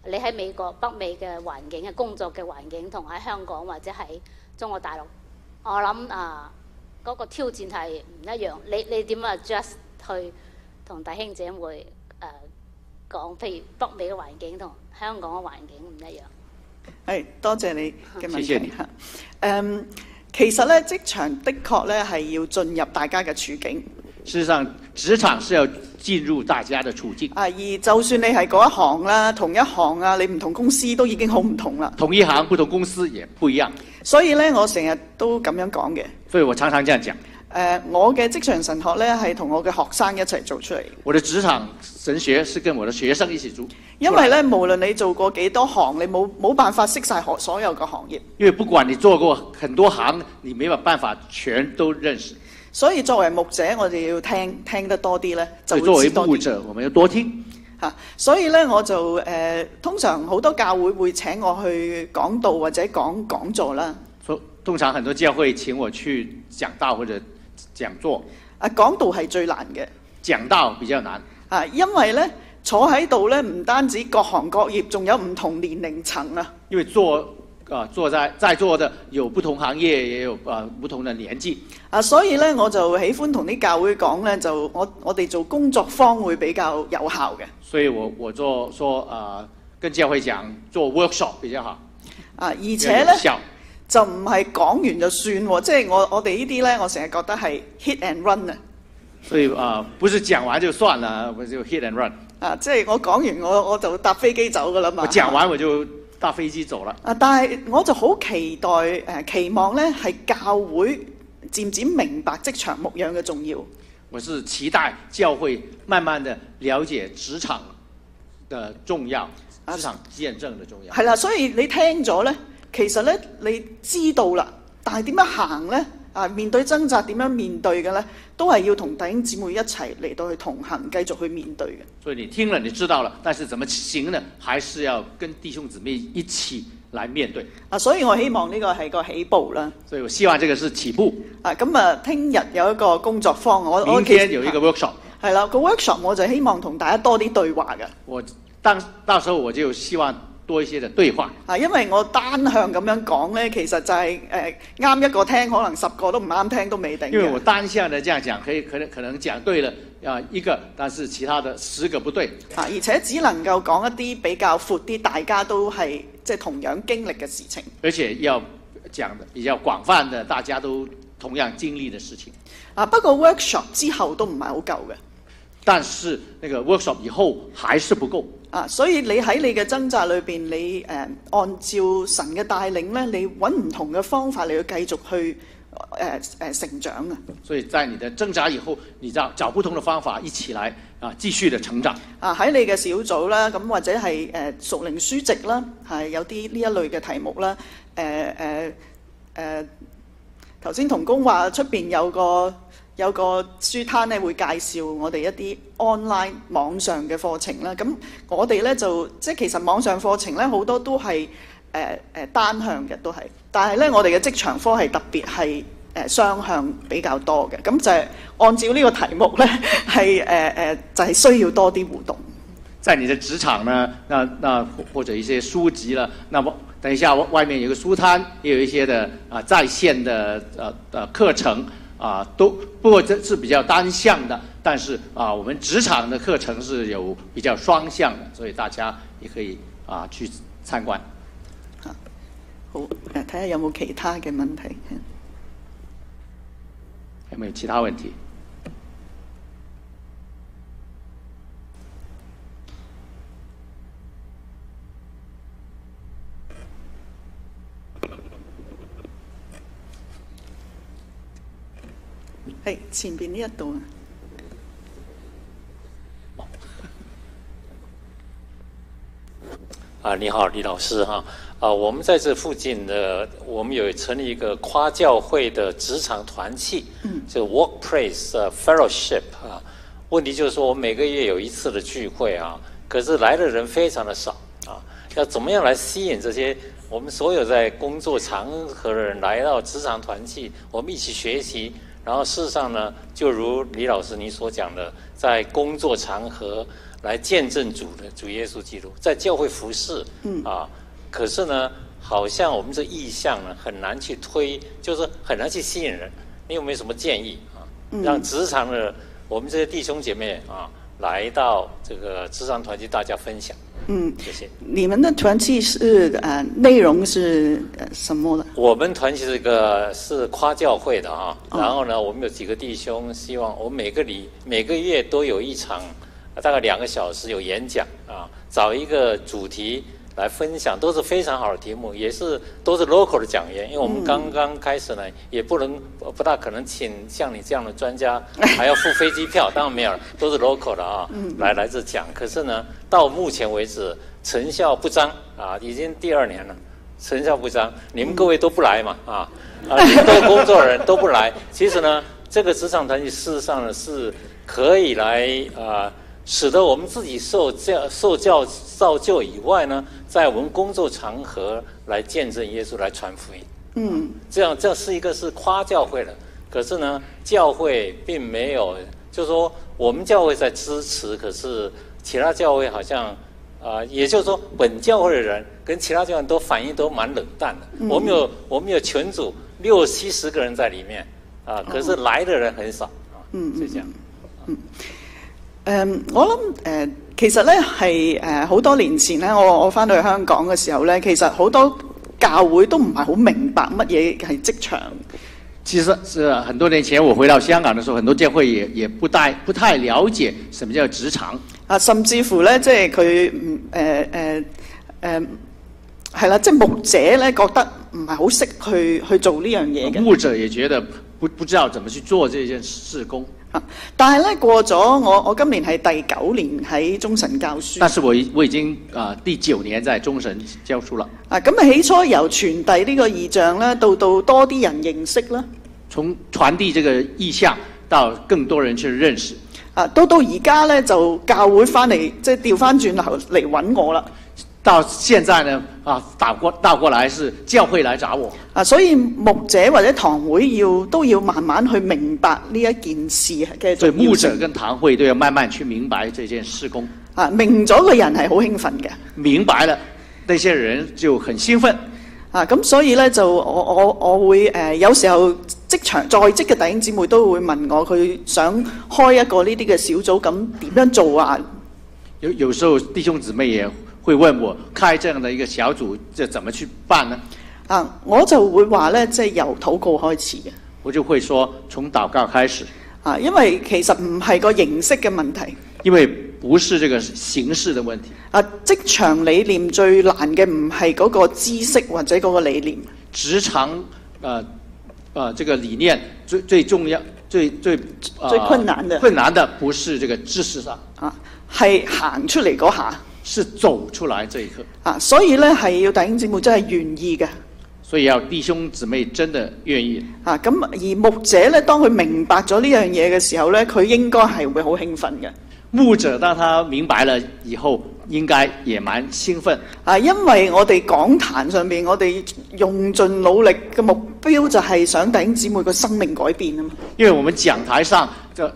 Speaker 3: 你喺美國北美嘅環境嘅工作嘅環境，同喺香港或者喺中國大陸，我諗啊嗰個挑戰係唔一樣。你你點啊 adjust 去同弟兄姐妹誒、呃、講，譬如北美嘅環境同香港嘅環境唔一樣？
Speaker 1: 係多謝你嘅問
Speaker 2: 啊謝謝你
Speaker 1: 題嚇。誒、嗯其實咧職場的確咧係要進入大家嘅處境
Speaker 2: 事實上，職場是要進入大家的處境，
Speaker 1: 啊，而就算你係嗰一行啦，同一行啊，你唔同公司都已經好唔同啦。
Speaker 2: 同一行不同公司也不一樣。
Speaker 1: 所以咧，我成日都咁樣講嘅。
Speaker 2: 所以我常常這樣講，
Speaker 1: 誒、我嘅職場神學咧係同我嘅學生一齊做出嚟嘅，
Speaker 2: 我的職場神學是跟我的學生一起讀，
Speaker 1: 因為咧無論你做過幾多行，你冇冇辦法識晒學所有嘅行業。
Speaker 2: 因為不管你做過很多行，你沒有辦法全都認識。
Speaker 1: 所以作為牧者，我哋要聽聽得多啲咧，就
Speaker 2: 所以
Speaker 1: 會
Speaker 2: 作為
Speaker 1: 知多
Speaker 2: 牧
Speaker 1: 啲。
Speaker 2: 者，我們要多聽。
Speaker 1: 嚇、所以咧我就誒、呃通常好多教會會請我去講道或者講講座啦。
Speaker 2: 所通常很多教會請我去講道或者講座，
Speaker 1: 啊，講道係最難嘅
Speaker 2: 講道比較難。
Speaker 1: 啊，因為咧坐喺度咧，唔單止各行各業，仲有唔同年齡層啊。
Speaker 2: 因为做啊、做在在座的有不同行业，也有啊、不同的年纪，
Speaker 1: 啊，所以咧我就喜歡同啲教會講咧，就我我哋做工作坊會比較有效嘅。
Speaker 2: 所以我我做说啊、跟教会讲做 workshop 比较好，
Speaker 1: 啊，而
Speaker 2: 比较
Speaker 1: 且
Speaker 2: 有
Speaker 1: 咧
Speaker 2: 效。
Speaker 1: 就唔係講完就算喎，即係我我哋呢啲咧，我成日覺得係 hit and run 啊。
Speaker 2: 所以啊、不是講完就算了，我就 hit and run，
Speaker 1: 啊，即係我講完我我就搭飛機走噶啦嘛。
Speaker 2: 我講完我就搭飛機走了。
Speaker 1: 啊，但係我就好期待誒、呃期望咧係教會漸漸明白職場牧養嘅重要。
Speaker 2: 我是期待教会慢慢的了解职场的重要，
Speaker 1: 啊
Speaker 2: 职场见证的重要。
Speaker 1: 係啦，所以你聽咗呢，其實呢，你知道啦，但係點樣行呢？啊，面對掙扎點樣面對嘅呢？都係要同弟兄姊妹一齊嚟到去同行，繼續去面對嘅。
Speaker 2: 所以你听了，你知道了，但是怎么行呢？还是要跟弟兄姊妹一起来面对。
Speaker 1: 啊，所以我希望呢個係個起步啦。
Speaker 2: 所以我希望这个是起步，
Speaker 1: 啊，咁啊，聽日有一個工作坊，我我
Speaker 2: 明
Speaker 1: 其
Speaker 2: 天
Speaker 1: 實啊
Speaker 2: 有一个 workshop，
Speaker 1: 係啦，個 workshop 我就希望同大家多啲對話嘅。
Speaker 2: 我当到时候我就希望多一些的对话。
Speaker 1: 啊，因為我單向咁樣講呢，其實就係誒啱一個聽，可能十個都唔啱聽都未定嘅。
Speaker 2: 因为我单向的这样讲，可以可能可能讲对了啊一个，但是其他的十个不对，
Speaker 1: 啊，而且只能夠講一啲比較闊啲，大家都係即係同樣經歷嘅事情。
Speaker 2: 而且要讲的比较广泛的，大家都同样经历的事情。
Speaker 1: 啊，不過 workshop 之後都唔係好夠嘅。
Speaker 2: 但是那个 workshop 以后还是不够，
Speaker 1: 啊，所以你喺你嘅掙扎裏邊，你誒、呃按照神嘅帶領呢，你揾唔同嘅方法，你要繼續去誒誒、呃呃成長啊！
Speaker 2: 所以在你的挣扎以后，你找找不同的方法一起来啊，继续的成长。
Speaker 1: 啊，喺你嘅小組啦，咁或者係誒熟齡書籍啦，係有啲呢一類嘅題目啦，誒誒誒，頭先童工話出邊有個有個書攤咧，會介紹我哋一啲 online 網上嘅課程啦。咁我哋咧就即係其實網上課程咧好多都係誒誒呃單向嘅都係，但係咧我哋嘅職場科係特別係。誒雙向比較多嘅，咁就係按照呢個 (laughs) 題目咧，係誒誒就係、需要多啲互動。
Speaker 2: 在你的职场呢，那那或或者一些书籍了，那么等一下外外面有个书摊，也有一些的啊、在线的呃呃课程啊、都不过这是比较单向的，但是啊、我们职场的课程是有比较双向的，所以大家也可以啊、去参观。
Speaker 1: 好，誒睇下有冇其他嘅問題。
Speaker 2: 有没有其他问题？
Speaker 1: 係前邊呢一度啊，
Speaker 4: 啊，你好，李老师哈。啊，我们在这附近的，我们有成立一个跨教会的职场团契，嗯，就 Workplace 呃 Fellowship 啊。问题就是说，我们每个月有一次的聚会啊，可是来的人非常的少啊。要怎么样来吸引这些我们所有在工作场合的人来到职场团契，我们一起学习？然后事实上呢，就如李老师你所讲的，在工作场合来见证主的主耶稣基督，在教会服侍，嗯啊，可是呢，好像我们这意向呢很难去推，就是很难去吸引人。你有没有什么建议啊？让职场的我们这些弟兄姐妹啊，来到这个职场团体，大家分享。
Speaker 1: 嗯，
Speaker 4: 谢谢。
Speaker 1: 你們的團契是誒內容是誒什麼呢？
Speaker 4: 我们团体这个是夸教会的啊，然后呢，我们有几个弟兄，希望我们每个礼每个月都有一场，呃大概两个小时有演讲啊，找一个主题来分享，都是非常好的题目，也是都是 local 的讲员，因为我们刚刚开始呢，也不能呃不大可能请像你这样的专家还要付飞机票， (laughs) 当然没有，都是 local 的啊，来来这讲，可是呢，到目前为止成效不彰啊，已经第二年了。成效不彰，你们各位都不来嘛啊啊，你们都工作的人都不来。 (laughs) 其实呢，这个职场团体事实上呢是可以来啊、呃使得我们自己受教受教造就以外呢，在我们工作场合来见证耶稣，来传福音。
Speaker 1: 嗯
Speaker 4: 这样这是一个是夸教会的，可是呢，教会并没有，就是说我们教会在支持，可是其他教会好像，啊、也就是说本教会的人跟其他教会都反应都蛮冷淡的。
Speaker 1: 嗯
Speaker 4: 我们有我们有群组六七十个人在里面，啊、可是来的人很少，啊，
Speaker 1: 哦嗯
Speaker 4: 是这样。
Speaker 1: 誒、嗯我諗誒、其實咧係誒好多年前咧，我我翻到去香港嘅時候咧，其實好多教會都唔係好明白乜嘢係職場。
Speaker 2: 其实是很多年前我回到香港的时候，很多教会也也不太不太了解什么叫职场，
Speaker 1: 啊，甚至乎咧，即係佢嗯唔誒誒誒呃係啦，即係牧者咧覺得唔係好識去去做呢樣嘢嘅。
Speaker 2: 牧者也觉得不不知道怎么去做这件事工。
Speaker 1: 嚇啊但係咧過咗我我今年係第九年喺中神教書
Speaker 2: 但。是我已我已经啊、第九年在中神教书了，
Speaker 1: 啊，咁啊起初由傳遞呢個異象啦，到到多啲人認識啦，
Speaker 2: 从传递这个意向到更多人去认识。
Speaker 1: 啊，到到而家咧就教會翻嚟，即係調翻轉頭嚟揾我啦。
Speaker 2: 到现在呢，啊，打过倒过来是教会来找我，
Speaker 1: 啊，所以牧者或者堂會要都要慢慢去明白呢一件事嘅
Speaker 2: 所以
Speaker 1: 重要
Speaker 2: 牧
Speaker 1: 性
Speaker 2: 者跟堂会都要慢慢去明白这件事工，
Speaker 1: 啊，明咗個人係好興奮嘅。
Speaker 2: 明白了，那些人就很兴奋。
Speaker 1: 啊，咁所以咧就我我我會誒、呃有時候職場在職嘅弟兄姊妹都會問我，佢想開一個呢啲嘅小組，咁點樣做啊？
Speaker 2: 有有时候弟兄姊妹也会问我，开这样的一个小组，这怎么去办呢？
Speaker 1: 啊，我就會話咧，即係由禱告開始嘅。
Speaker 2: 我就会说，从祷告开始，
Speaker 1: 啊，因為其實唔係個形式嘅問題。
Speaker 2: 因为不是这个形式的问题，
Speaker 1: 啊，職場理念最難嘅唔係嗰個知識或者嗰個理念，
Speaker 2: 职场呃呃这个理念最最重要、最最、呃、
Speaker 1: 最困难的
Speaker 2: 困难的不是这个知识上，
Speaker 1: 啊，係行出嚟嗰下。
Speaker 2: 是走出来这一刻。
Speaker 1: 啊，所以咧係要弟兄姊妹真係願意嘅。
Speaker 2: 所以要弟兄姊妹真的愿意。
Speaker 1: 啊，咁而牧者咧，當佢明白咗呢樣嘢嘅時候咧，佢應該係會好興奮嘅。
Speaker 2: 牧者当他明白了以后，应该也蛮兴奋。
Speaker 1: 啊，因為我哋講壇上面，我哋用盡努力嘅目標就係想弟兄姊妹個生命改變啊嘛。
Speaker 2: 因为我们讲台上这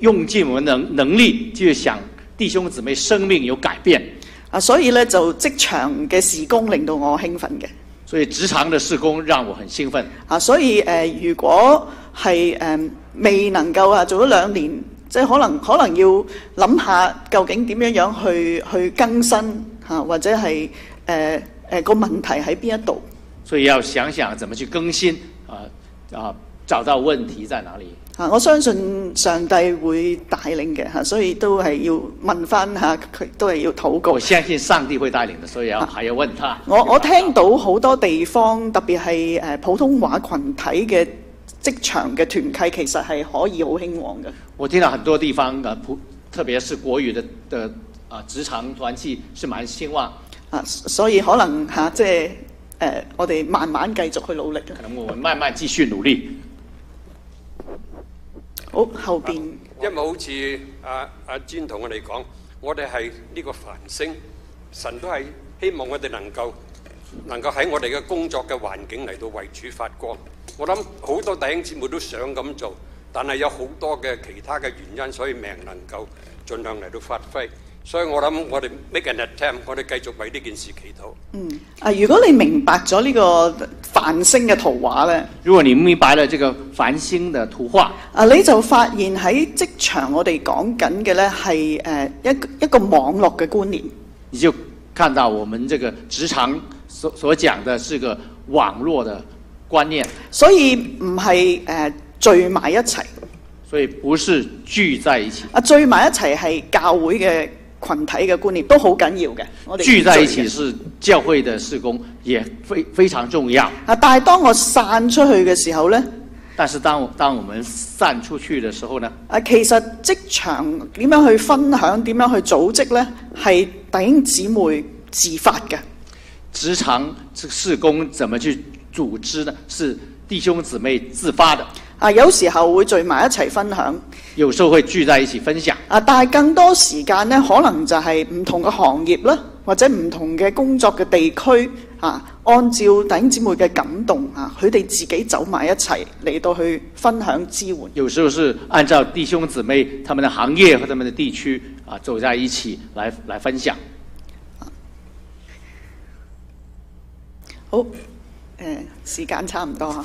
Speaker 2: 用尽我们能能力，就是想弟兄姊妹生命有改变。
Speaker 1: 啊，所以咧就職場嘅時工令到我興奮嘅。
Speaker 2: 所以职场的事工让我很兴奋。
Speaker 1: 啊，所以誒、呃如果係誒、呃未能夠啊做咗兩年，即係可能可能要諗下究竟點樣樣去去更新嚇、啊或者係誒誒個問題喺邊一度
Speaker 2: 所以要想想怎么去更新啊啊、找到问题在哪里。
Speaker 1: 嚇。啊我相信上帝會帶領嘅嚇、啊所以都係要問翻嚇佢，都係要禱告
Speaker 2: 我。相信上帝会带领的，所以要还要问他。
Speaker 1: 啊我我聽到好多地方，特別係誒普通話群體嘅職場嘅團契，其實係可以好興旺嘅。
Speaker 2: 我听到很多地方啊，普特别是国语的的啊职场团契是蛮兴旺，
Speaker 1: 啊，所以可能嚇、即係誒、呃我哋慢慢繼續去努力啦
Speaker 2: 可能我们慢慢继续努力。
Speaker 1: 好，後邊
Speaker 5: 因為好似阿阿詹同我哋講，我哋係呢個繁星，神都係希望我哋能夠能夠喺我哋嘅工作嘅環境嚟到為主發光。我諗好多弟兄姊妹都想咁做，但係有好多嘅其他嘅原因，所以命能夠盡量嚟到發揮。所以我諗我哋 make an attempt，我哋繼續為呢件事祈禱。
Speaker 1: 嗯啊，如果你明白咗呢個繁星嘅圖畫咧，
Speaker 2: 如果你明白了这个繁星的图画，
Speaker 1: 啊你就發現喺職場我哋講緊嘅咧係誒一個一個網絡嘅觀念
Speaker 2: 你就看到我们这个职场所所讲的是个网络的观念，
Speaker 1: 所以唔係誒聚埋一齊
Speaker 2: 所以不是聚在一起，
Speaker 1: 啊，聚埋一齊係教會嘅群體嘅觀念都好緊要嘅，我哋
Speaker 2: 聚在一起
Speaker 1: 嘅
Speaker 2: 是教会的事工也非非常重要。
Speaker 1: 啊，但係當我散出去嘅時候咧。
Speaker 2: 但是当我当我们散出去的时候呢，
Speaker 1: 啊，其實職場點樣去分享、點樣去組織呢？係弟兄姊妹自發嘅。
Speaker 2: 职场这事工怎么去组织呢？是弟兄姊妹自发的，
Speaker 1: 啊，有時候會聚埋一齊分享。
Speaker 2: 有时候会聚在一起分享，
Speaker 1: 啊，但係更多時間呢，可能就係唔同嘅行業啦，或者唔同嘅工作嘅地區啊，按照弟兄姊妹嘅感動啊，佢哋自己走埋一齊嚟到去分享支援。
Speaker 2: 有时候是按照弟兄姊妹他们的行业和他们的地区啊走在一起来来分享。
Speaker 1: 好，誒、時間差唔多嚇。啊